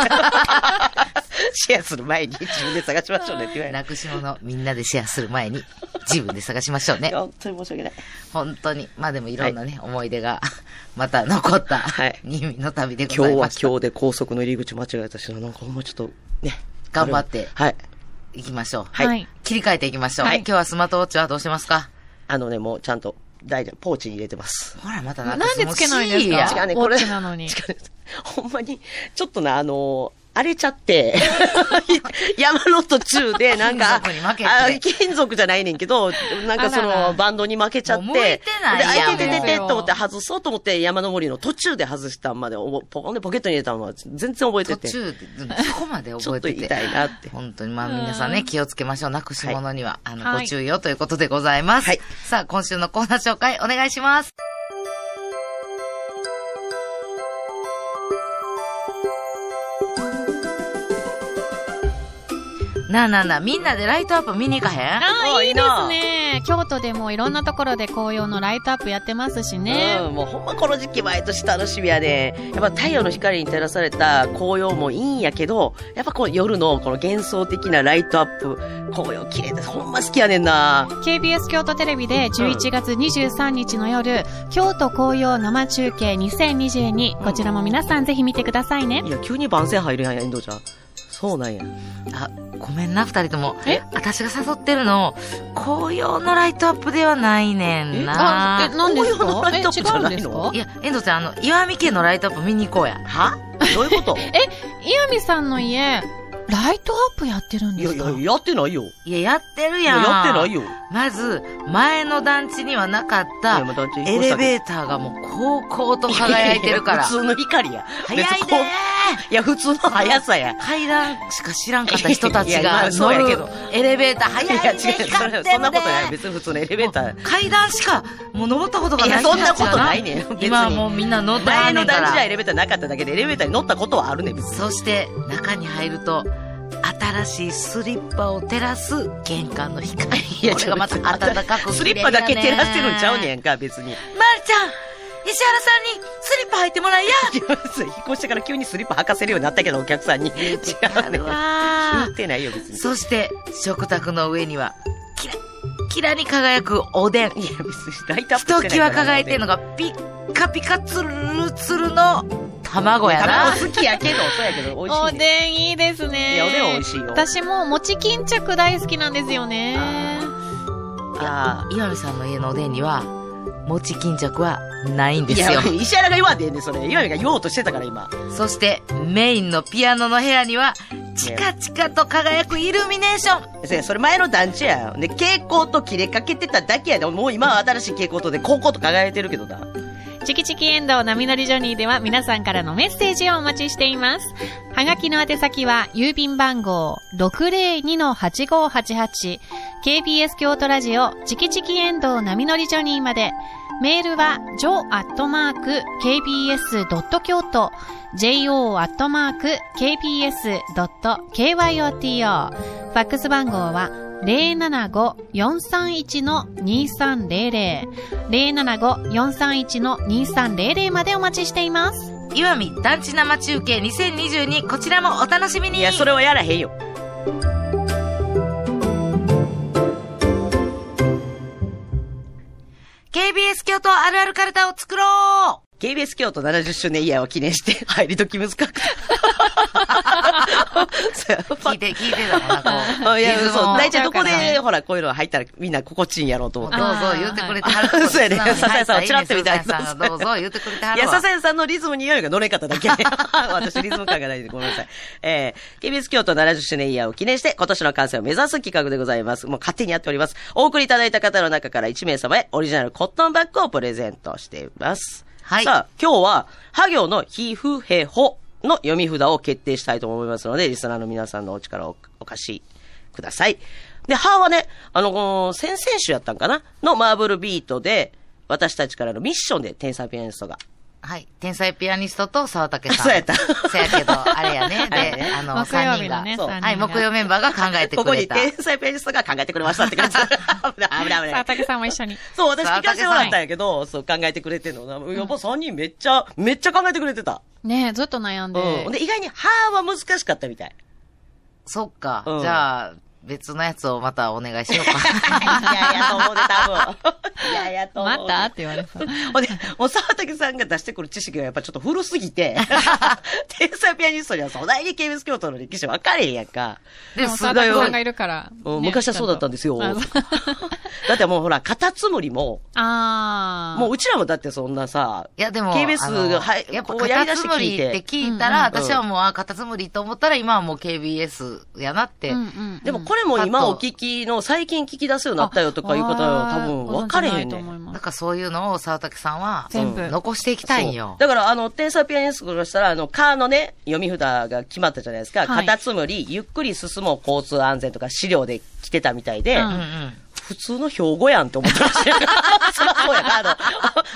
C: シェアする前に自分で探しましょうねって言われ
D: なくし物、みんなでシェアする前に、自分で探しましょうね
C: いや。本当に申し訳ない。
D: 本当に。まあでもいろんなね、思い出が、 また残った
C: はい、
D: 新見の旅でご
C: 今
D: ざ
C: 日
D: い
C: は
D: ました。
C: 今日で高速の入り口間違えたしな、なんかほんまちょっと、ね。
D: 頑張って
C: はい。
D: 行きましょう。
C: はい
E: はい
D: 切り替えていきましょう。
C: はい
D: 今日はスマートウォッチはどうしますか
C: あのね、もうちゃんと、大丈夫、ポーチに入れてます。
D: ほら、また
E: なんでつけないんですか
D: もう C
C: 違
D: や
C: うね、
E: ウォ
C: こ
E: ッ
C: れ。
E: チなのに
C: 違うねほんまに、ちょっとな、あのー荒れちゃって、山の途中で、なんか、
D: 金属に負けて
C: あ金属じゃないねんけど、なんかそ
E: あら
C: の、
E: ら
C: バンドに負けちゃって、
D: もう向いてないやん
C: で、あいてててて
E: もう
C: と思って外そうと思って、山登りの途中で外したんまで、おポコンでポケットに入れたんは、全然覚えて
D: 途
C: て。
D: 中で、うんそこまで覚えてて。
C: ちょっと痛いなって
D: 本当に、まあ皆さんね、気をつけましょう。なくし物には、あの、
E: はい
D: ご注意をということでございます。
C: はい
D: さあ、今週のコーナー紹介、お願いします。なあなあなあ、みんなでライトアップ見に行かへん
E: ああ、
C: お
E: い
C: い
E: い
C: い
E: で
C: な
E: すね。京都でもいろんなところで紅葉のライトアップやってますしね。
C: うん、もうほんまこの時期毎年楽しみやで、やっぱ太陽の光に照らされた紅葉もいいんやけど、やっぱこう夜のこの幻想的なライトアップ、紅葉綺麗でほんま好きやねんな。
E: KBS 京都テレビで11月23日の夜、京都紅葉生中継2022、こちらも皆さんぜひ見てくださいね
C: い。や、急に番宣入るやん、遠藤ちゃん。そうなんや。
D: あ、ごめんな、二人とも。
E: え
D: 私が誘ってるの、紅葉のライトアップではないねんな。
E: え、何です
C: 紅葉の
E: か
C: ラ
E: え、
C: イトアップじゃ
E: 違うん
C: ないの
E: ですか
D: いや、遠藤ちゃん、あの、岩見家のライトアップ見に行こうや。
C: はどういうこと
E: 岩見さんの家、ライトアップやってるん
C: い
E: で
C: や
E: す
C: い
E: か
C: や、やってないよ。
D: いや、やってる
C: い
D: や
C: や
D: ん。
C: やってないよ。い
D: まず、前の団地にはなかった
C: や、、まあ団地
D: エレベ
C: ー
D: ーターがもう、高々と輝いてるから。
C: 普通の光や。
D: 早い
C: 別に
D: で
C: こ
D: ー
C: ういや、普通の速さや。
D: 階段しか知らんかった人たち
C: いやま
D: が
C: あそう
D: 乗
C: や
D: る
C: けど
D: エレベーター早
C: いや、違う、
D: いね
C: それ
D: 光ってんで
C: そんなことない。別に普通のエレベーター。
D: 階段しかもう登ったことがない人たちが
C: いやそんなことないねん別に
D: 今はもうみんな乗った
C: 前
D: らね
C: の
D: んか
C: 団地はエ
D: ら
C: レベーターなかっただけで、エレベーターに乗ったことはあるねん、別に。
D: そして中に入ると新しいスリッパを照らす玄関の光
C: いや、
D: これがまた暖かく
C: スリッパだけ照らしてるんちゃうね
D: ん
C: んか、別に。いや、
D: まるちゃん石原さんにスリッパ履いてもらいや
C: 別に引っ越してから急にスリッパ履かせるようになったけど、お客さんに。違うねん。
D: わ
C: 言ってないよ、別に。
D: そして食卓の上にはキラッキラに輝くおでん
C: いや、別にライトアッ
D: ひ
C: プし
D: と
C: てない
D: きわ輝いてるの
C: が。
D: がピッカピカツルツルの卵やな
C: 卵好きやけど、そうやけど、美味
E: お
C: しいね。
E: でんいいですね。
C: いやおでん美味しいよ
E: 私も餅巾着大好きなんですよね。
C: あ
D: 岩見さんの家のおでんには餅巾着はないん
C: あ。
D: で
C: い
D: すよ
C: や、石原が言わんでええねん、それ。岩見が言おうとしてたから、今。
D: そしてメインのピアノの部屋にはチカチカと輝くイルミネーション
C: そやそれ前の団地や。で、蛍光と切れかけてただけやで。もう今は新しい蛍光灯で、高校と輝いてるけどな。
E: チキチキエンドウ波乗りジョニーでは皆さんからのメッセージをお待ちしています。はがきの宛先は郵便番号 602-8588KBS 京都ラジオチキチキエンドウ波乗りジョニーまで。メールは j o k b s k y o t j o k b s k y o t o ファックス番号は075-431-2300。075-431-2300までお待ちしています。
D: 岩見団地生中継2022こちらもお楽しみに
C: いや、それはやらへんよ。
D: KBS 京都あるあるカルタを作ろう
C: KBS 京都70周年イヤーを記念して、入り時難かく。そうや
D: 聞いて、聞いてたもんな、こ
C: あ
D: う。
C: いや、
D: リズム
C: そう。
D: を
C: 大ちゃんどこ
D: ど
C: で、ほら、こういうの入ったらみんな心地いいんやろうと思っ
D: う
C: て。
D: ぞ言ってくれてはる
C: あそうやね笹谷さんをちらっと見たい
D: 笹谷さんがどうぞ言ってくれてはいる
C: や、
D: わ。
C: 笹谷さんのリズムによりが乗れんかっただ け。 私、リズム感がないんで、ごめんなさい。えー、KBS 京都70周年イヤーを記念して、今年の完成を目指す企画でございます。もう勝手にやっております。お送りいただいた方の中から1名様へ、オリジナルコットンバッグをプレゼントしています。
D: はい
C: さあ、今日は、ハ行のひふへほの読み札を決定したいと思いますので、リスナーの皆さんのお力をお貸しください。で、ハはね、あの、この先々週やったんかなのマーブルビートで、私たちからのミッションで天才ピアニストが
D: はい。天才ピアニストと沢竹さん。
C: そうやった
D: そうやけど、あれやね。
C: あれ
D: で、
C: ね
D: あの、
E: 木曜
D: 三
E: 日
D: 人
E: の
D: が
E: ね、。
C: そう
E: 三人が
D: はい、木曜メンバーが考えて
C: こ
D: く
C: こ
D: れ
C: に
D: た。
C: 天才ピアニストが考えてくれましたって感じ。 危ない、危ない、危な
E: さあ、
C: い。
E: 竹さんも一緒に。
C: そう、私聞かせてもらったんやけど、そう考えてくれてんの。やっぱ3人めっちゃ、めっちゃ考えてくれてた。
E: ねえずっと悩んで。
C: うん。で、意外に、はーは難しかったみたい。
D: そっか。
C: うん
D: じゃあ、別のやつをまたお願いしよ う
C: い
D: か。
C: やいやと思うで、多 分。いやいやと思う
E: 待ったって言われそう。
C: ほんで、もう沢竹さんが出してくる知識がやっぱちょっと古すぎ て、天才ピアニストにはそないに KBS 京都の歴史分かれへんやんか。
D: でも、
E: も
D: す
E: 沢
D: ごい
E: 竹さん
D: わ
E: が。いるから。
C: うん
E: ね
C: 昔はそうだったんですよ。
E: ちゃんと
C: だってもうほら、カタツムリも、
E: あー。
C: もううちらもだってそんなさ、
D: いや、でも、
C: KBS
D: あの
C: がはい
D: やっぱ、
C: こうや
D: カ
C: りだ
D: タ
C: し
D: ツ
C: て
D: ム
C: 聞
D: リ
C: い
D: ってて聞いたら、
C: うんうん
D: 私はもう、あ、カタツムリと思ったら、今はもう KBS やなって。
E: うんうんうん
C: でもこれも今お聞きの最近聞き出すようになったよとかいう方は多分分かれへんねん。
D: だからそういうのを沢竹さんは、
E: 全部
D: 残していきたいんよ
C: そう。だから、あの、天才ピアニストからしたら、あの、カーのね、読み札が決まったじゃないですか。
E: はい
C: カタツムリ、ゆっくり進もう交通安全とか資料で来てたみたいで、
E: うん
D: うんうん。
C: 普通の標語やんって思ってま したよ。そらそうやな、あの、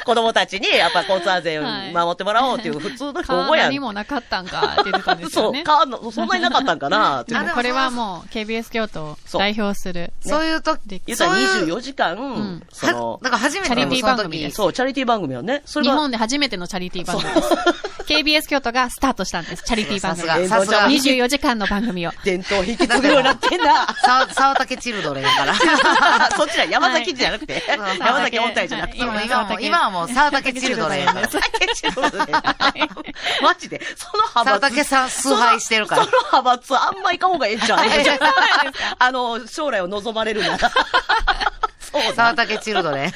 C: 子供たちにやっぱ交通安全
E: はい
C: 守ってもらおうっていう普通の標語やん。
E: 何もなかったんかって言ってたんです
C: そ
E: よ
C: う
E: ね。、
C: カーの、そんなになかったんかなって
E: で
C: いう。
E: もこれはもう KBS 京都を代表する。
D: そういうとき、
C: 言った
D: そう
C: ら
D: いう
C: 24時間、
E: ん
C: その
D: は、だから初めて
E: チャリティー
D: そ
E: 番
D: の
E: 組
D: 時
E: です
C: そう、チャリティー番組はね、それ
E: 日
C: が
E: 本で初めてのチャリティー番組です。KBS 京都がスタートしたんです。チャリティー番
D: さす
E: 組。
D: が、さすが。
E: 24時間の番組を。
C: 伝統引き継ぐようになってんな。
D: 沢沢竹チルドレンやから。
C: そっちら山崎じゃなくて、
D: はい
C: 山崎本体じゃなくて。
D: 今
E: 今
D: はもう、今はもう沢竹チルドレンやから。
C: マジで、その派閥。
D: 佐竹さん崇拝してるから
C: そのその派閥、あんま行かほうがええんちゃう あの、将来を望まれるなら。そう
D: 沢
C: だ。
D: 竹チルドレン。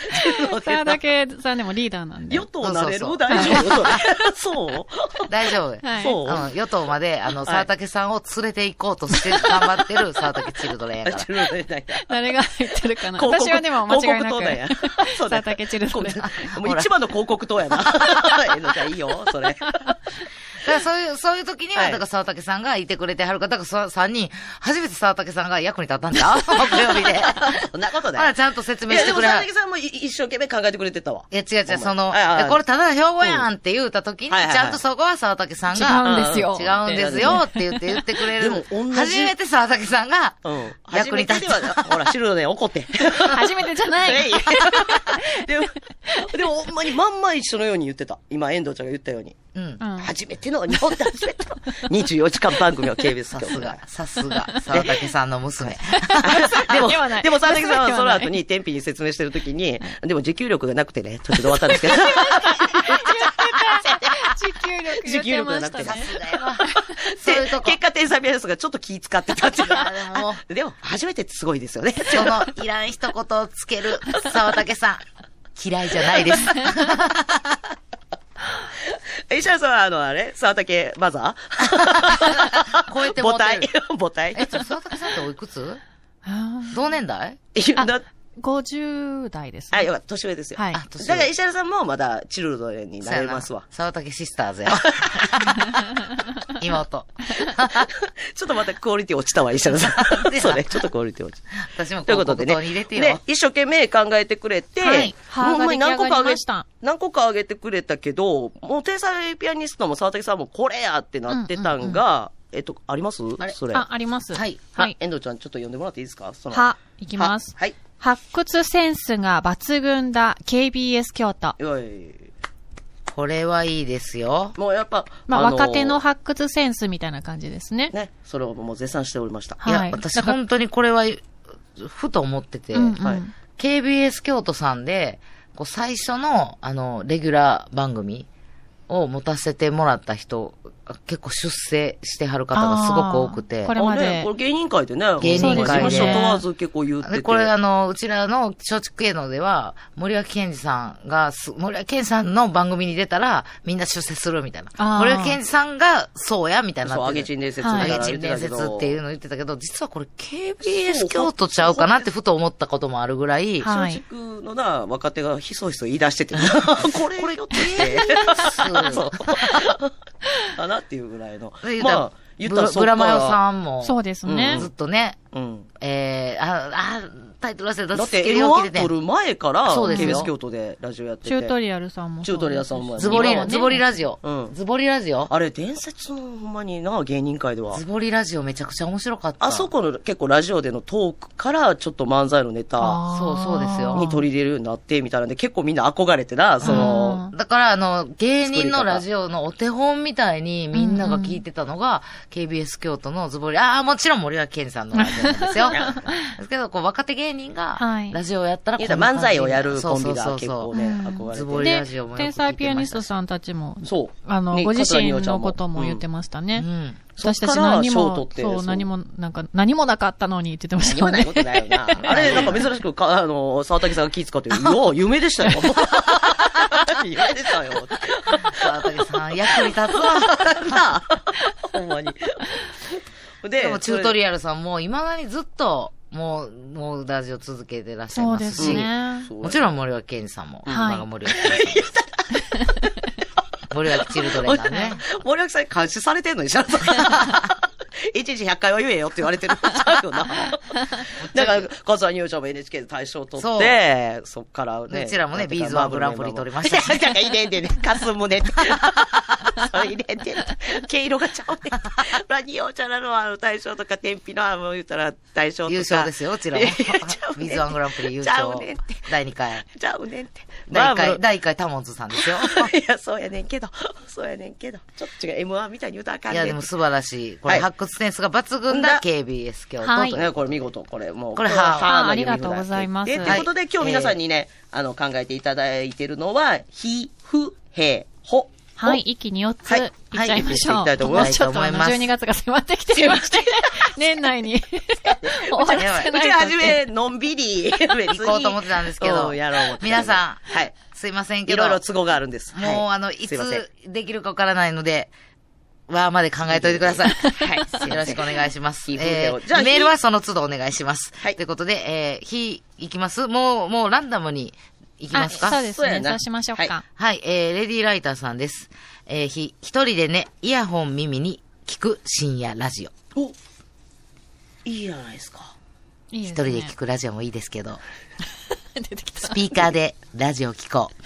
E: 沢竹さんでもリーダーなんで。
C: 与党なれる
D: そうそうそう
C: 大丈夫 そう
D: 大丈夫。
E: はい
C: そう
D: うん、与党まで、あの、沢竹さんを連れて行こうとして頑張ってる 沢竹チルドレンや から。
C: チルドレンなんや
E: 誰が入ってるかな
C: 広告
E: 私はでも間違いな
C: 広告塔なんや
E: く。
C: そうだ
E: 佐竹千鶴さんです
C: もう一番の広告塔 やな。 ええのじゃいいよ、それ。
D: だからそういう、そういう時には、
C: はい
D: だから沢竹さんがいてくれてはるから、だからさ3人、初めて沢竹さんが役に立った んだ。木曜日で。
C: そんなこと
D: ま
C: ない
D: だ。ちゃんと説
C: い
D: 明
C: や、
D: し
C: で
D: て
C: も、
D: くれは
C: 佐
D: る
C: 竹。さんもい一生懸命考えてくれてたわ。
D: いや、違う違う、その、
C: はいはい
D: いやこれただの標語やんっていうた時に、
C: はいはいはい
D: ちゃんとそこは沢竹さん
E: 違うん
D: が、
E: ですよ。
D: 違うんですよって言って言ってくれる。
C: でも同じ
D: 初めて沢竹さんが
C: うん。
D: 役に立
C: 初
D: っ
C: めてでは
D: た。
C: なほら、シルドね、怒って。
E: 初めてじゃ ない。
C: でも、でも、ほんまにまんま一緒のように言ってた。今、遠藤ちゃんが言ったように。
D: うん
E: う。ん
C: 初めての、日本で初めての24時間番 組を KBS
D: さ
C: 京
D: す
C: 都
D: が、さすが、沢竹さんの娘。
C: でも
E: ではな、い
C: でも、沢竹さんはその
E: ではな
C: 後
E: い
C: に、天日に説明してるときに、でも、持久力がなくてね、途中で終わったんですけど。
E: 持久力言ってましたね。
C: 持久力がな
D: さ
C: く
D: すがやわ。 そういうと
C: で
D: こ。
C: 結果、天才ピアニストがちょっと気使ってた っていう
D: いやでも。
C: でも、初めてってすごいですよね。
D: そ の、いらん一言をつける沢竹さん。嫌いじゃないです。
C: 石原さんは、あの、あれ沢竹マザー
D: 超えてもうてる
C: 母体 母
D: え、ちょっと沢竹さんっておいくつ
E: あー
D: 同年代
C: 体な
E: あ50代です、
C: あ、よかった。年上ですよ。
E: はい
D: あ、年
C: だから
D: 上。
C: 石原さんもまだチルドレンになれますわ
D: そうや。な沢竹シスターズや。 妹。
C: ちょっとまたクオリティ落ちたわ、石原さん。 そうね、ちょっとクオリティ落ちた。
D: 私も
C: という
D: 広
C: ことで
D: 告
C: ね
D: 塔に入れ。てよ。
C: ね、一生懸命考えてくれて、
E: はい
C: もうほんまに何個かあ
E: ハードル出来上がり
C: げ
E: ました、
C: 何個かあげてくれたけど、もう天才ピアニストも沢竹さんもこれやってなってたんが、えっと、ありますそれ。
E: あ、あります。
D: はい
E: はい。
C: 遠藤ちゃん、ちょっと呼んでもらっていいですかその。
E: は、いきます。
C: ははい。
E: 発掘センスが抜群だ KBS 京都。
C: よい
D: これはいいですよ。
C: もうやっぱ、
E: まあ、
C: の
E: 若手の発掘センスみたいな感じですね。
C: ね、それをもう絶賛しておりました。
D: い
E: はい
D: や、私
E: だから
D: 本当にこれは、ふと思ってて、
E: うんうん
C: はい
D: KBS 京都さんで、こう最初の、あの、レギュラー番組を持たせてもらった人結構出世してはる方がすごく多くて。
E: あーこれま
C: あね
E: で
C: こ。れ芸人会でね。
D: 芸人会で
C: 事務所問わず結構言って
D: で、
C: て。
D: これあの、うちらの松竹芸能では、森脇健児さんがす、森脇健児さんの番組に出たら、みんな出世するみたい
E: あー
D: な。森脇健児さんが、そうや、みたいな
C: そう、
D: な
C: あ
D: っ
C: げ
D: て
C: ち
D: る。
C: ん伝説みたいな
D: あ
C: の
D: げ
C: 言
D: ち
C: っ
D: ん
C: てた
D: 伝
C: けど。
D: 説っていうのを言ってたけど、実はこれ KBS 京都ちゃうかなってふと思ったこともあるぐらい、
E: はい
C: 松竹のな、若手がひそひそ言い出 してて、これ、これひょっとして、そう。かなっていうぐらいの
D: で言。うたら
C: まあ、言っ
D: ブ
C: たら
D: ラ
C: そっか
D: ブ
C: ら
D: ラマヨさんも、
E: そうですね
D: ずっ。とね、
C: うん。
D: えー、あ、あ、タイトル忘れた。
C: だって、
D: スケリ
C: m
D: オ切
C: 1
D: れて
C: 取る前から、
D: そうですよ
C: KBS 京都でラジオやって
E: チ
C: て。
E: ュートリアルさんもそうです。
C: チュートリアルさんも
D: ズボリ、
C: 今はね
D: ズボリラジオ。
C: うん
D: ズボリラジオ
C: あれ、伝説のほんまにな、芸人界では
D: ズ。ボリラジオめちゃくちゃ面白かった。
C: あそこの結構ラジオでのトークから、ちょっと漫才のネタ
E: あー
D: そうそうですよ
C: に取り入れるようになって、みたいなんで、結構みんな憧れてな、その、
D: だから、あの、芸人のラジオのお手本みたいにみんなが聞いてたのが、KBS 京都のズボリ、ああ、もちろん森脇健さんのラジオなんで すよ。ですけど、こう、若手芸人が
E: はい、
D: ラジオをやったらこ
C: 言うんた
D: な
C: ら
D: 感
C: 漫
D: じにな
C: 才をやるコンビが
D: そう
C: 結
D: そ
C: 構
D: う
C: ね、
E: うん
C: 憧れて
D: ズ
C: て。
D: ボリラジオもよく聞いてまし
E: 天
D: たし
E: 才ピアニストさんたちも、
C: そう。
E: あの、
C: ね
E: ご自身
C: 桂二葉ちゃ
E: の
C: んも
E: ことも言ってましたね。
D: そう。うん。
E: 私た
C: そっ
E: ち
C: から
E: 何
C: 賞取っ
E: も、
C: て
E: そう、
C: そう
E: 何も、なんか、何もなかったのにって言ってました
C: 言
E: よ
C: わない
E: ね。
C: ことないよ な。あれ、なんか珍しくか、あの、沢竹さんが気使って、 よう、夢でしたよ。夢でしたよ。
D: 川竹さん、役に立つわ。
C: なあほんまに。で、
D: でも、チュート
C: ア
D: リアルさんも、いまだにずっと、もう、もうラジオ続けてらっしゃい
E: そう
D: ま
E: ですす
D: し、
E: ね。
D: もちろん森脇健児さんも、
E: はい
D: 今が森脇健 児さん。森脇チルドレンがね。
C: 森脇さんに監視されてんのにしゃべ 一日100回は言えよって言われてるんちゃうよな。だから、笠原優ちゃんも NHK で大賞取って、そっからね。
D: うちらもね
C: なんていうか
D: ビーズはグランプリ取りました し
C: いやいや入れんでね。かすむね って。それ入れんでね。毛色がちゃうね。ほら、におちゃんらのあの大賞とか、天日のあの言ったら大賞とか。
D: 優勝ですよ、うち ら
C: い
D: も
C: やいやちゃ。うねん
D: 水ワングランプリ優
C: ちゃ
D: 勝
C: うねんって。
D: 第2回。
C: ちゃうねんって。
D: 第1
C: まあ
D: 回、第一回タモンズさんですよ。
C: いや、そうやねんけど、 そうやねんけど、ちょっと違う、M1 みたいに言うたらあかん
D: い
C: ねん。
D: や、でも素晴らしい。これ、
C: はい
D: 発掘センスが抜群
C: だ
D: な KBS 京都と
E: はい
D: いう。
C: ね、これ見事、これもう。
D: これは
C: は
E: あありがとうございます
C: で、ということで、今日皆さんにね、あの、考えていただいてるのは、ひ、ふ、へ、ほ。
E: はい、一気に4つ、
C: はい
E: いっちゃいましょう。
C: はいいっちゃいま
D: しょう
E: ちょっとあの、12月が迫ってきてま して、年内に 終わらせ
C: う
E: ない
C: ち
E: と。
C: はじめ、のんびり、別に。
D: 行こうと思ってたんですけど
C: うんやろう思ってた
D: 皆さん
C: はい。
D: すいませんけ
C: い
D: ど、
C: ろい
D: も
C: ろ都合があるんです。は
D: う、あの、い
C: すいません
D: つできるかわからないので、わーまで考えておいてください。
C: はい すいません
D: よろしくお願いします。
C: いい風景を
D: えー
C: じゃあ
D: メールはその都度お願いします。
C: はい
D: ということで、えー、日、いきますもう、もうランダムに行き
E: あ、
D: ますか
E: そうです
C: そうや
E: ね。
C: な
E: そうしましょうか。
C: は
D: はい、えー、レディーライターさんです。えー、ひ、一人でね、イヤホン耳に聞く深夜ラジオ。
C: おいいじゃないですか。
E: いい
D: 一
E: す
D: 人
E: ね
D: で聞くラジオもいいですけど、
E: 出てきた
D: スピーカーで ラジオ聞こう。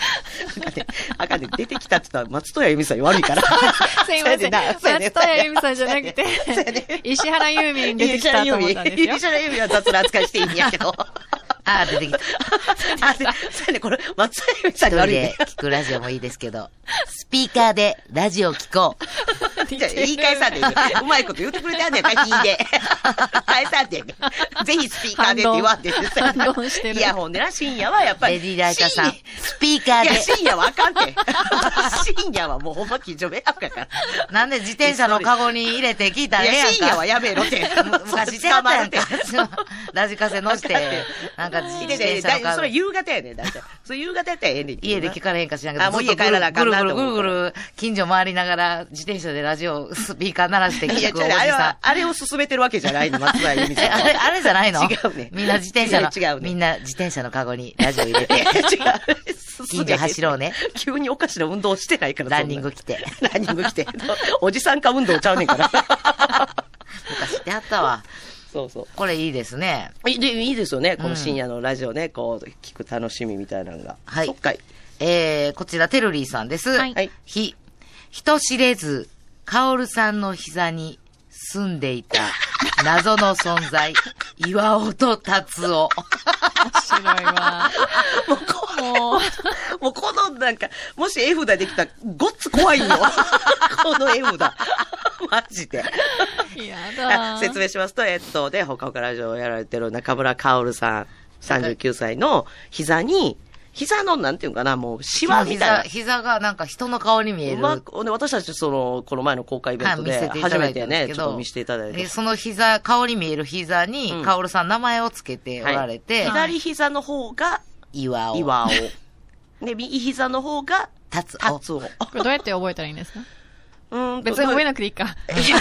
C: あかんね、あかんね、出てきたって言ったら、松任谷由実さんに悪いから。
E: すいません。松
C: そうやね
E: 任
C: んそうや
E: 谷
C: ね
E: 由
C: ん
E: 実さんじゃなくて、石原由美に来
C: 石原
E: たと
C: 由
E: 思っ
C: 美
E: たんですよ。
C: 石原由美は雑な扱いしていいんやけ ど。
D: あー、出てきた。
C: あ、でそうやね、これ、松任谷由実さ
D: 一
C: んに
D: 人
C: 悪いね
D: で。聞くラジオもいいですけど、スピーカーでラジオ聞こう。
C: じゃあ言い返さんでいいね。うまいこと言ってくれてあんねんか、引い て。返さんでいいね。ぜひスピーカーでって言わんで。
E: 反論反論してる
C: いや、ほんでな、深夜はやっぱり。
D: レディーライターさん
C: 深、
D: スピーカ
C: 夜
D: ー
C: い
D: で
C: や、、深夜はあかんて。 深夜はもうほんま近所迷惑やか
D: なんで自転車のカゴに入れて聞いた
C: ら。
D: ら
C: い
D: ええや
C: や、
D: ん
C: 深夜は
D: か。
C: やめろて。
D: 昔してやったやんか
C: 捕まるて。
D: ラジカセ乗して、なんか自
C: いやいや
D: 転
C: い
D: 車の
C: や
D: カ
C: そ
D: ゴ
C: れ。夕方やねん、だいたい。それ夕方やったらええねんけどな
D: 家で聞かれへんかしらんけど、
C: あもう
D: ずっとぐる
C: 家帰らなあかんなと思う
D: ぐるぐるぐるぐる、近所回りながら、自転車でラジオ、スピーカー鳴らして
C: いや、
D: 聞
C: 違
D: く
C: う
D: お
C: ね
D: じ
C: あれ
D: さ
C: は
D: ん、。
C: あれを勧めてるわけじゃないの、松田由美
D: え、
C: さんは。
D: あれ、あれじゃないの
C: 違うね。
D: みんな自転車の、
C: 違うね。
D: みん
C: な。
D: な自転車のカゴにラジオ入れて、 近所走ろうね。
C: 急におかしな運動してないから、
D: ランニング
C: て。
D: 来て。
C: ランニング来て。おじさんか運動ちゃうねんから。
D: 昔ってあったわ。
C: そうそ
D: これいいですね。
C: う。いいでいいですよね。この深夜のラジオね、こう、聞く楽しみみたいなのが。
D: はい
C: そっかい。
D: えー、こちら、テルリーさんです。
E: はい
C: はい
D: ひ、人知れず、カオルさんの膝に住んでい た謎の存在、岩音達 夫。
E: 面白いわ。
C: もうこ う、もうこのなんか、もし絵札できたら、ごっつ怖いよ。この絵札。マジで。
E: や
C: あ
E: だ。
C: 説明しますと、えっと、で、ほかほかラジオをやられてる中村薫さん、39歳の膝に、膝の、なんていうんかな、もう、シワみたいな
D: 膝、。膝がなんか人の顔に見え
C: う
D: る。
C: まく、ね、私たち、その、この前の公開イベントで、初めてね、ちょっと見せていただい
D: で
C: て。
D: その膝、顔に見える膝に
C: うん、
D: カオルさん名前をつけておられて、
E: はい
C: 左膝の方が
D: 岩を。
C: 岩尾。で、右膝の方が
D: 立つ。
C: 達夫。
E: これどうやって覚えたらいいんですか
C: うーんと
E: 別に覚え
C: な
E: なくていいか。
C: い。すいま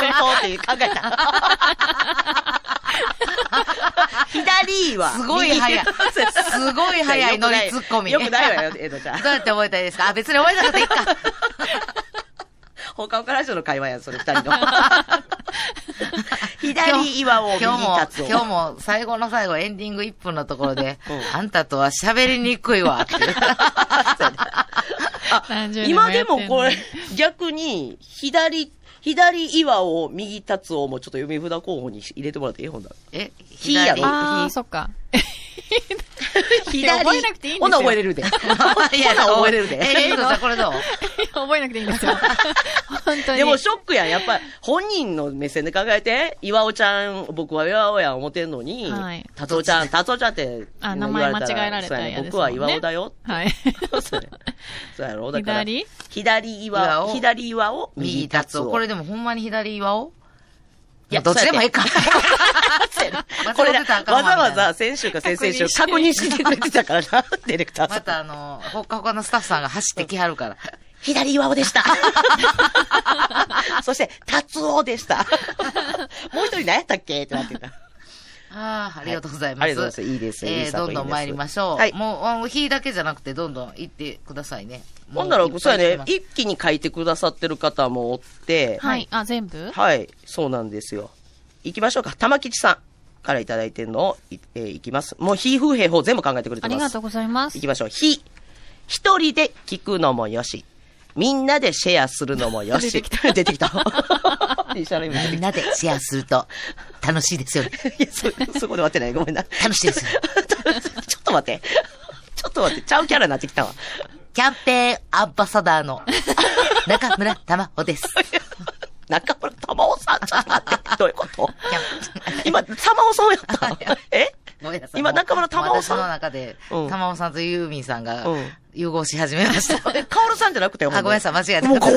C: せん。こうっていう考えた。左は。
D: すごい 早い。すごい早い乗
C: よく
D: り
C: ない
D: ツッコミ。
C: よくないわよ、エドちゃん
D: ど。うやって覚えたらいいですかあ、別に覚えなくていいか。
C: 放課後ラジオの会話やん、それ二人の。 左岩尾、右
D: 今日
C: 達夫。
D: も、今日も最後の最後、エンディング1分のところで
C: うん、
D: あんたとは喋りにく いわって。
E: 何十年も
C: 今で
E: やってんの
C: も
E: に
C: これ、逆に、左、左岩を右達をもうちょっと読み札候補に入れてもらっていいほんだ。
D: え
C: ひやろ
E: ああ、
D: ひ
E: そっか。
C: 左。
E: 覚えなくていいんですよ
C: ほな覚えれるで。
D: い
C: ほな覚えれるで。
D: え、ゆうこさんこれどう
E: 覚えなくていいんですよ。本当に。
C: でもショックやん。やっぱり本人の目線で考えて、岩尾ちゃん、僕は岩尾やん思ってんのに、
E: はい
C: 達夫ちゃん、達夫ちゃんって
E: あ
C: 言
E: 名
C: わ
E: 前
C: れたら、
E: 間違えられた
C: そう
E: ら
C: や
E: 嫌
C: ね
E: です
C: 僕
E: もん
C: は
E: ね
C: 岩尾だ よ。
E: はい。
C: そうやねそうやろ。だから、
E: 左
C: 左岩
D: 岩
C: 尾、
D: 尾
C: 左岩尾、 右
D: 右
C: 達
D: 立つ。
C: 夫。
D: これでもほんまに左岩を
C: い
D: い
C: や
D: や、どっちでもい いか。
C: これ
D: 間違
C: だ、
D: ってたら
C: わ
D: あかん
C: ざわ
D: みたいな
C: ざ先週か先々週確認してくれてたからな、 ディレクターさ
D: ま
C: ん。
D: たあの、ほっかほかのスタッフさんが走ってきはるから。
C: 左岩尾でした。 そして、達夫でした。 もう一人何やったっけってなってた。
D: ああ、ありがとうございます。
C: はいありがとうございますいいですいい
D: えー、
C: 作品
D: どんどん参りましょ
C: で
D: う。
C: すはい
D: もうあの、火だけじゃなくて、どんどん行ってくださいね。も
C: ほんなら
D: いっぱ、い
C: そうや
D: 来てま
C: ね、
D: す
C: 一気に書いてくださってる方もおって、
E: はい。あ、全部
C: はい、そうなんですよ。行きましょうか。玉吉さんからいただいてるのをい、えーいきます。もう、非風平法全部考えてくれて
E: あ
C: ます。
E: りがとうございます
C: 行。きましょう。非。一人で聞くのもよし。みんなでシェアするのもよし。出てきた。出てきた。 一緒の意味出て
D: み
C: き
D: ん
C: た
D: なでシェアすると、楽しいですよね。
C: いや、そ、そこで待ってない。ごめんな。
D: 楽しいですよ。
C: ちょっと待って。ちょっと待って。ちゃうキャラになってきたわ。
D: キャンペーンアンバサダー の、中村玉穂です。
C: 中村玉緒さん、ちょっと待って。どういうこと
D: キャン
C: 今、玉緒さんやった
D: はいはい。
C: え
D: ごめんなさい。
C: 今中村玉緒さん
D: もう私の中で、
C: うん
D: 玉緒さんとユーミンさんが
C: うん
D: 融合し始めま した。
C: え、カオルさんじゃなくて、
D: あ、ごめんなさい、間違えた。
C: もう怖っ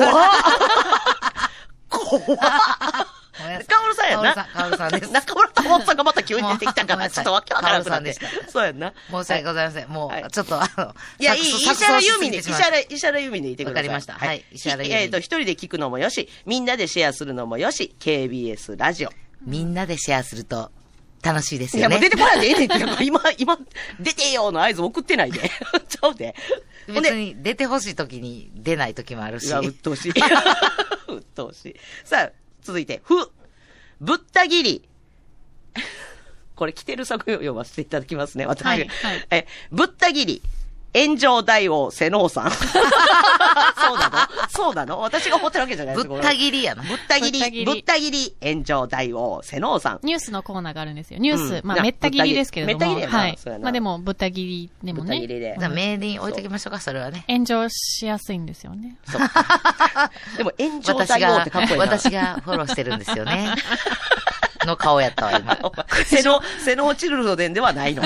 C: 怖っ
D: ごめんなさい
C: カオルさんやな。
D: カオルさんカオルさんです
C: 中村玉緒さんがまた急に出てきたか
D: も
C: ら、
D: う
C: ちょっとわけわからなくなって
D: カオルさんで。
C: そうやんな。
D: 申し訳ございません。も、
C: はいう
D: ちょっと、あの、
C: いや、いい、
D: 錯綜
C: 石
D: 錯綜
C: 原
D: し
C: 由美
D: すぎ
C: に、
D: て
C: 石
D: しまいました
C: 原、石原由美にいてください。
D: わかりましたはい石原由美
C: えっと、一人で聞くのもよし、みんなでシェアするのもよし、KBS ラジオ。
D: みんなでシェアすると楽しいです
C: いや、
D: よね。
C: もう出てこないでええねんって、 今、今、出てよの合図送ってないで。 ちゃうで。ほん
D: 別
C: で、
D: に出てほしい時に出ない時もあるし。
C: うわ、うっとう しい。うっとうしい。さあ、続いて、ふ、ぶった切り。 これ、来てる作品を読ませていただきますね、私。
E: はいはい
C: え、ぶった切り。炎上大王、瀬能さん。 そうなのそうなの私が思ってるわけじゃないです
D: ぶった
C: り。
D: 切りやな。
C: ぶった切
E: ぶった切
C: り、
E: り
C: ぶった切り、炎上大王、瀬能さん。
E: ニュースのコーナーがあるんですよ。ニュース、
C: うん
E: まあ、めった切りですけれども。
C: めった切りやな
E: はい
C: そうや。な
E: まあでも、ぶった切りでも
C: ぶった切り
E: ね、
C: で
D: じ。ゃあ、名人置いときましょうか、それはね。
E: 炎上しやすいんですよね。
C: でも、炎上
D: 私
C: 大王っ
D: が
C: てかっこいい、な。
D: 私がフォローしてるんです よね。の顔やったわ、今。
C: セノ、セノチルドデンではない の。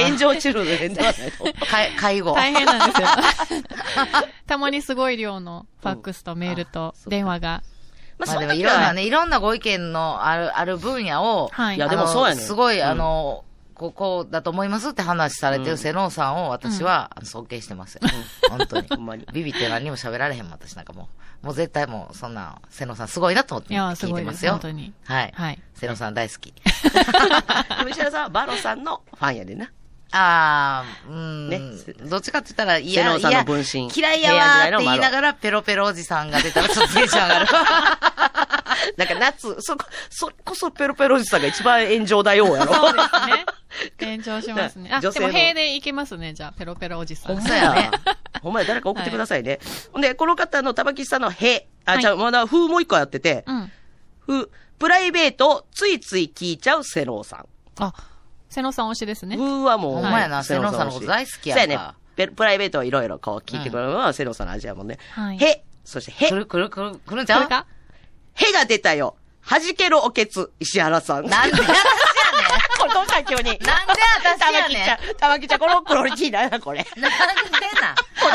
C: 炎上チルドデンではないの。
D: か介護。
E: 大変なんで すよ。たまにすごい量のファックスとメールと電話が。
C: ま
D: まあでも
C: その
D: い
C: 時
D: ろんな
C: は
D: ね、いろんなご意見のある、ある分野を、
E: はい
C: いや
D: あの
C: でもそうやねん
D: すご
C: う
D: い、
C: ん
D: あの、ここうだと思いますって話されてるセノンさんを私はあの尊敬してますよ。本当に
C: ほんまに。
D: ビビって何にも喋られへんもん私なんかもう。もう絶対もうそんな、セノンさんすごいなと思って
E: いやー、す
D: 聞い
E: ご
D: て
E: い
D: ま
E: ですす、
D: よ
E: 本。当に。
D: はい。
E: はい。
D: セノンさん大好き。
C: でも石原さんはバロさんのファンやでな。
D: あー、うーん。どっちかって言ったら、いや、
C: セノンさんの
D: いや
C: 分身
D: 嫌いやわーって言いながら、ペロペロおじさんが出たらちょっとテンション上 がる。
C: なんか夏、そこ、それこそペロペロおじさんが一番炎上大王や ろ。
E: そうです ね。炎上しますね。あ、で
C: 女性
E: も
C: の
E: 塀でいけますね、じゃあ、ペロペロおじさん。
D: そうやね。
C: ほんまや、誰か送ってくださいね。ほんで、この方の玉木さんのへ、あ、じゃあまだ風もう一個やってて
E: う、ん。
C: ふ、プライベートをついつい聞いちゃうセローさん。
E: あ、瀬野さん推しですね。
C: うはもう、
D: ほんまやな
C: はい
D: セノさんのこと大好きやん
C: そ
D: か
C: うやね。ペプライベートをいろいろこう聞いてくれるのはセローさんの味やもんね。
E: はい
C: へ、そしてへ
D: く、るくるくる、くるんち
E: こ
D: ゃ
E: れ
D: う
E: か
C: へが出たよ。弾けるおけつ、石原さん。
D: なんで私やねん。
C: これ飛んだ、急に。
D: なんで私
C: 玉
D: やねん
C: 木ちゃん、玉木ちゃん、このクオリティなんだ、これ。
D: なんでなん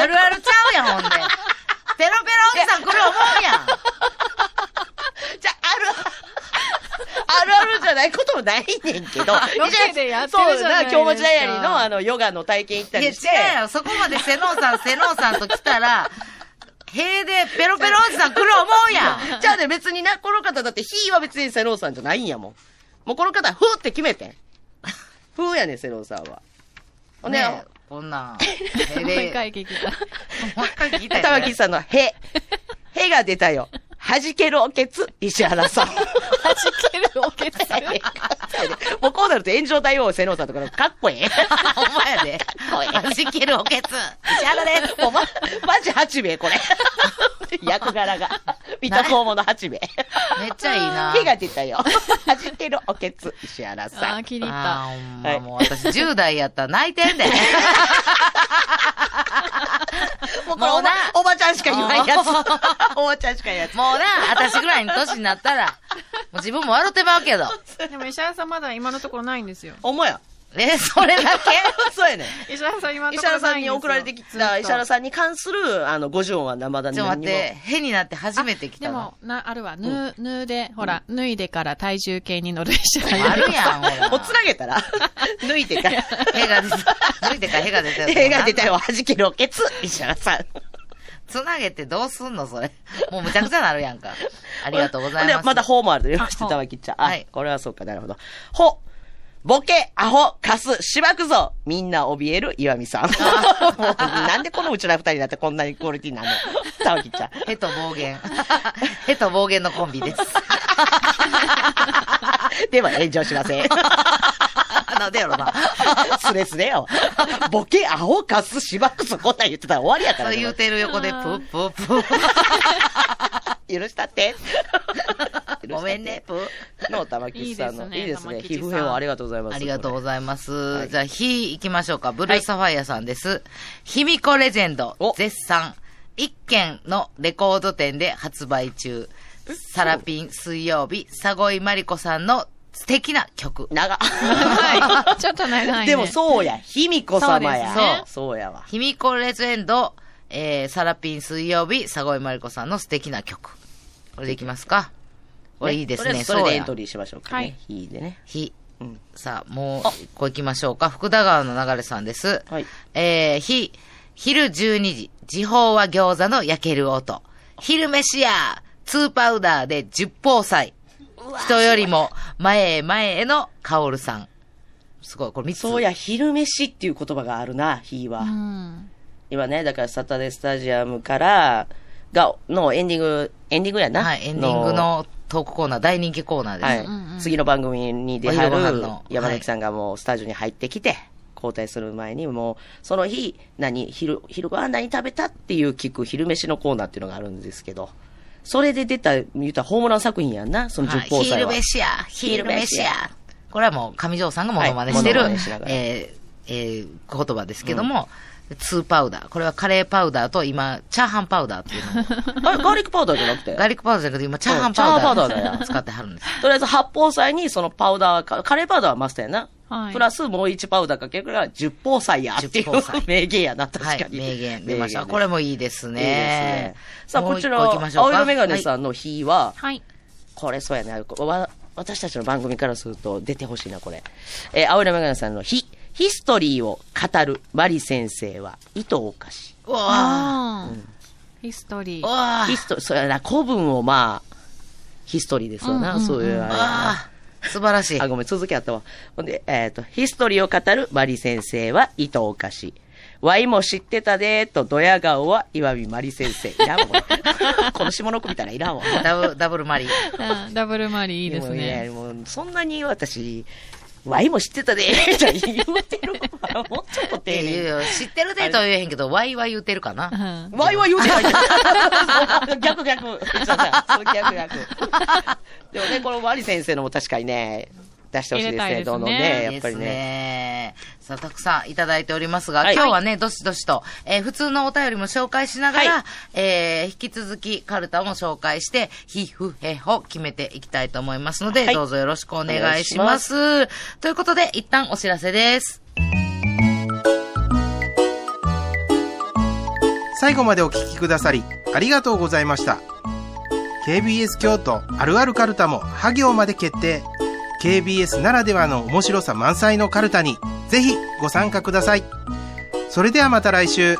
D: あるあるちゃうやん、ほんで。ペロペロおじさん来る思う やん。
C: じゃあ、あ る、あるあるじゃないこともないねんけど。
E: ロケでやってるじゃないですか
C: そうだな、京町ダイアリーのあの、ヨガの体験行った
D: いや、
C: りして。
D: 違うよ。そこまで瀬能さん、瀬能さんと来たら、塀でペロペロおじさん来る思うや ん。
C: じゃあね、別にな、この方だって、ひーは別にセローさんじゃないんやもん。もうこの方、ふーって決めてん。 ふーやねん、セローさんは。ほんで、
D: ねえこ んなん。塀で
E: もう一。回聞きたい。
D: もう一回聞いた
C: 玉
D: よ、
C: 木
D: ね。
C: さんのへ。へが出たよ。弾けるおけつ、石原さん。
E: 弾けるおけつ。
C: もうこうなると炎上対応、セローさんとかのかっこええ。
D: ほんまやで。弾けるおけつ。石原です。
C: もうま、マジ8名、これ。役柄が。水戸黄門の8名。
D: めっちゃい いな。
C: へが出たよ。弾けるおけつ、石原
E: あ
C: さ
E: ー、
C: ん。
E: 気に入った。
D: ああー、ほんま、もう私10代やったら泣い てんで。
C: もうこれ
D: もうな
C: おば、おばちゃんしか言わんや つ。おばちゃんしか言わんやつ。
D: もうな、私ぐらいの年になったら、もう自分も笑ってまうけど。
E: でも石原さんまだ今のところないんですよ。
C: ほんまや。
D: え、それ だけ
C: そうやねん。
E: 石原さん今の
C: 石
E: とこ
C: 原
E: ろ
C: さ
E: ない
C: ん
E: んですよ。
C: に送られてきた、石原さんに関する、あの、五十音は生だね。
D: ちょっと待っ
C: 何に
D: て、へになって初めて来
E: で
D: たの
E: も。、な、あるわ。ぬ、ぬで、ほら、脱いでから体重計に乗る石原
D: あるやん、ほ
C: も。
D: ら。
C: こつなげたら、抜いて から。
D: へが出た。抜いてか、へが出たやつ
C: 映画出たよ、弾けろ、ケツ、石原さん。
D: つなげてどうすんの、それ。もうむちゃくちゃなるやんか。ありがとうございま。
C: ですまだ、ほうもあるよ。
E: あ
C: してたわ、きっちゃん。
D: は
C: あ
D: い、
C: これはそうか、なるほど。ほ、ボケ、アホ、カス、しばくぞ。みんな怯える、岩見さん。もう なんでこのうちら二人だってこんなにクオリティなのたわきっちゃん。
D: へと暴言。 へと暴言のコンビです。
C: では、炎上しません。
D: なんでや ろな。
C: すれすれよ。ボケ、アホ、カス、しばくぞ、こんなん言ってたら終わりやか
D: そ
C: ら
D: れ
C: ね。
D: 言うてる横で、プープープ
C: 許した って。
D: ー。ごめんね、プー。
C: の玉木さんの。い
E: い
C: い
E: い
C: で
E: ですす
C: ね。
E: ね
C: 皮膚編をありがとうございます。
D: ありがとうご
C: ざい
D: ざいます。
C: い
D: じゃあ、ひ行きましょうか。ブルーサファイアさんです。ひみこレジェンド
C: お、
D: 絶賛。一軒のレコード店で発売中。サラピン水曜日、佐ゴイマリコさんの素敵な曲。
C: 長っ。
E: はい。 ちょっと長いね。
C: でもそうや、卑弥呼様や。
D: そうですね
C: そう。そうやわ。
D: ひみこレジェンド、えー、サラピン水曜日、佐ゴイマリコさんの素敵な曲。これでいきますかこれいいです
C: とりあ
D: ね。
C: えずそれ
D: そう
C: でエ
D: や
C: ントリーしましょうか
E: は
C: ね
E: い。
C: ひでね。
D: ひ
C: うん。
D: さあ、もう、こう行きましょうか。福田川の流れさんです。
C: はい
D: えー、ひ、昼12時、時報は餃子の焼ける音。昼飯や、ツーパウダーで十宝菜。人よりも、前へ前へのカオルさん。すごい、これ3つ。
C: そうや、昼飯っていう言葉があるな、ひ
E: う
C: は。
E: ん。
C: 今ね、だからサタデースタジアムから、が、のエンディング、エンディングやな。
D: はい、エンディング。のトークコーナー、大人気コーナーです。
C: は
E: うんうん
C: い。次の番組に出は
D: お昼ご飯
C: る
D: の
C: 山崎さんがもうスタジオに入ってきて、交代する前にもう、その日、何、昼、昼ご飯何食べたっていう聞く昼飯のコーナーっていうのがあるんですけど、それで出た、言ったらホームラン作品やんな、その
D: は
C: 10
D: い、
C: 本
D: 昼飯や、昼飯や。これはもう、上条さんがモノマネしてる、
C: はいモノマネしながら
D: えーえー言葉ですけども、ツーパウダー。これはカレーパウダーと今、チャーハンパウダーっていうの を
C: あれ、ガーリックパウダーじゃなくて。
D: ガーリックパウダーじゃなくて、今、チャーハンパウダ
C: チャー
D: ー
C: ハンパウダーだよ
D: 使ってはるんです。
C: とりあえず八宝菜にそのパウダーか、カレーパウダーはマスターやな。
E: はい
C: プラスもう一パウダーかけるから、十宝菜やってい
D: 十
C: う
D: 宝菜
C: 名言やな、確
D: は
C: か
D: い。
C: に。
D: 名言出ました。
C: 名言
D: これもいいです
C: いいで
D: ね
C: すね。さあ、
D: も
C: こ
D: う一
C: っち
D: 個
C: の、
D: 行きましょう
C: 青
D: か
C: 色メガネさんの日は、
E: はい。
C: これそうやね。わ私たちの番組からすると出てほしいな、これ。えー青色メガネさんの日、ヒストリーを語るマリ先生は、意図おかし。
D: うわ
E: ああ。ヒストリ
D: ーう
E: ー。
D: わ
C: ヒ
D: ー
C: ストそうやな、古文をまあ、ヒストリーですわな、
E: うんうんうん
C: そういうあれやな。
D: あー素晴らしい
C: あ、。ごめん、続きあったわ。ほんで、えっ、と、ヒストリーを語るマリ先生は伊藤おかし。ワイも知ってたでーと、ドヤ顔は岩見マリ先生。いらんわ、こ れこの下の句みたいないらんわ。
D: ダブル、ダブルマリー。
E: うんダブルマリーいいですね。
C: でもいやもうそんなに私、ワイも知ってたでーみたいに言うてる子は、もうちょっと
D: い や
C: 丁
D: い
C: 寧に。
D: やいや知ってるでとは言えへんけど、ワイワイ言うてるか
E: う
D: な。
E: ん
C: ワイは言うてないけど。逆逆。そうそう逆逆。 でもね、このマリ先生のも確かにね、出してほしいですね、
E: 入れたいですね
C: どんどんね、やっぱり
D: です
C: ね。
D: ね。さあ、たくさんいただいておりますが、
C: はい
D: 今日はね、どしどしと、えー普通のお便りも紹介しながら、
C: は
D: えー引き続き、カルタも紹介して、ひふへほ決めていきたいと思いますので、
C: はい
D: どうぞよろしくお願いします。ということで、一旦お知らせです。
B: 最後までお聞きくださりありがとうございました KBS 京都あるあるカルタも破行まで決定 KBS ならではの面白さ満載のカルタにぜひご参加くださいそれではまた来週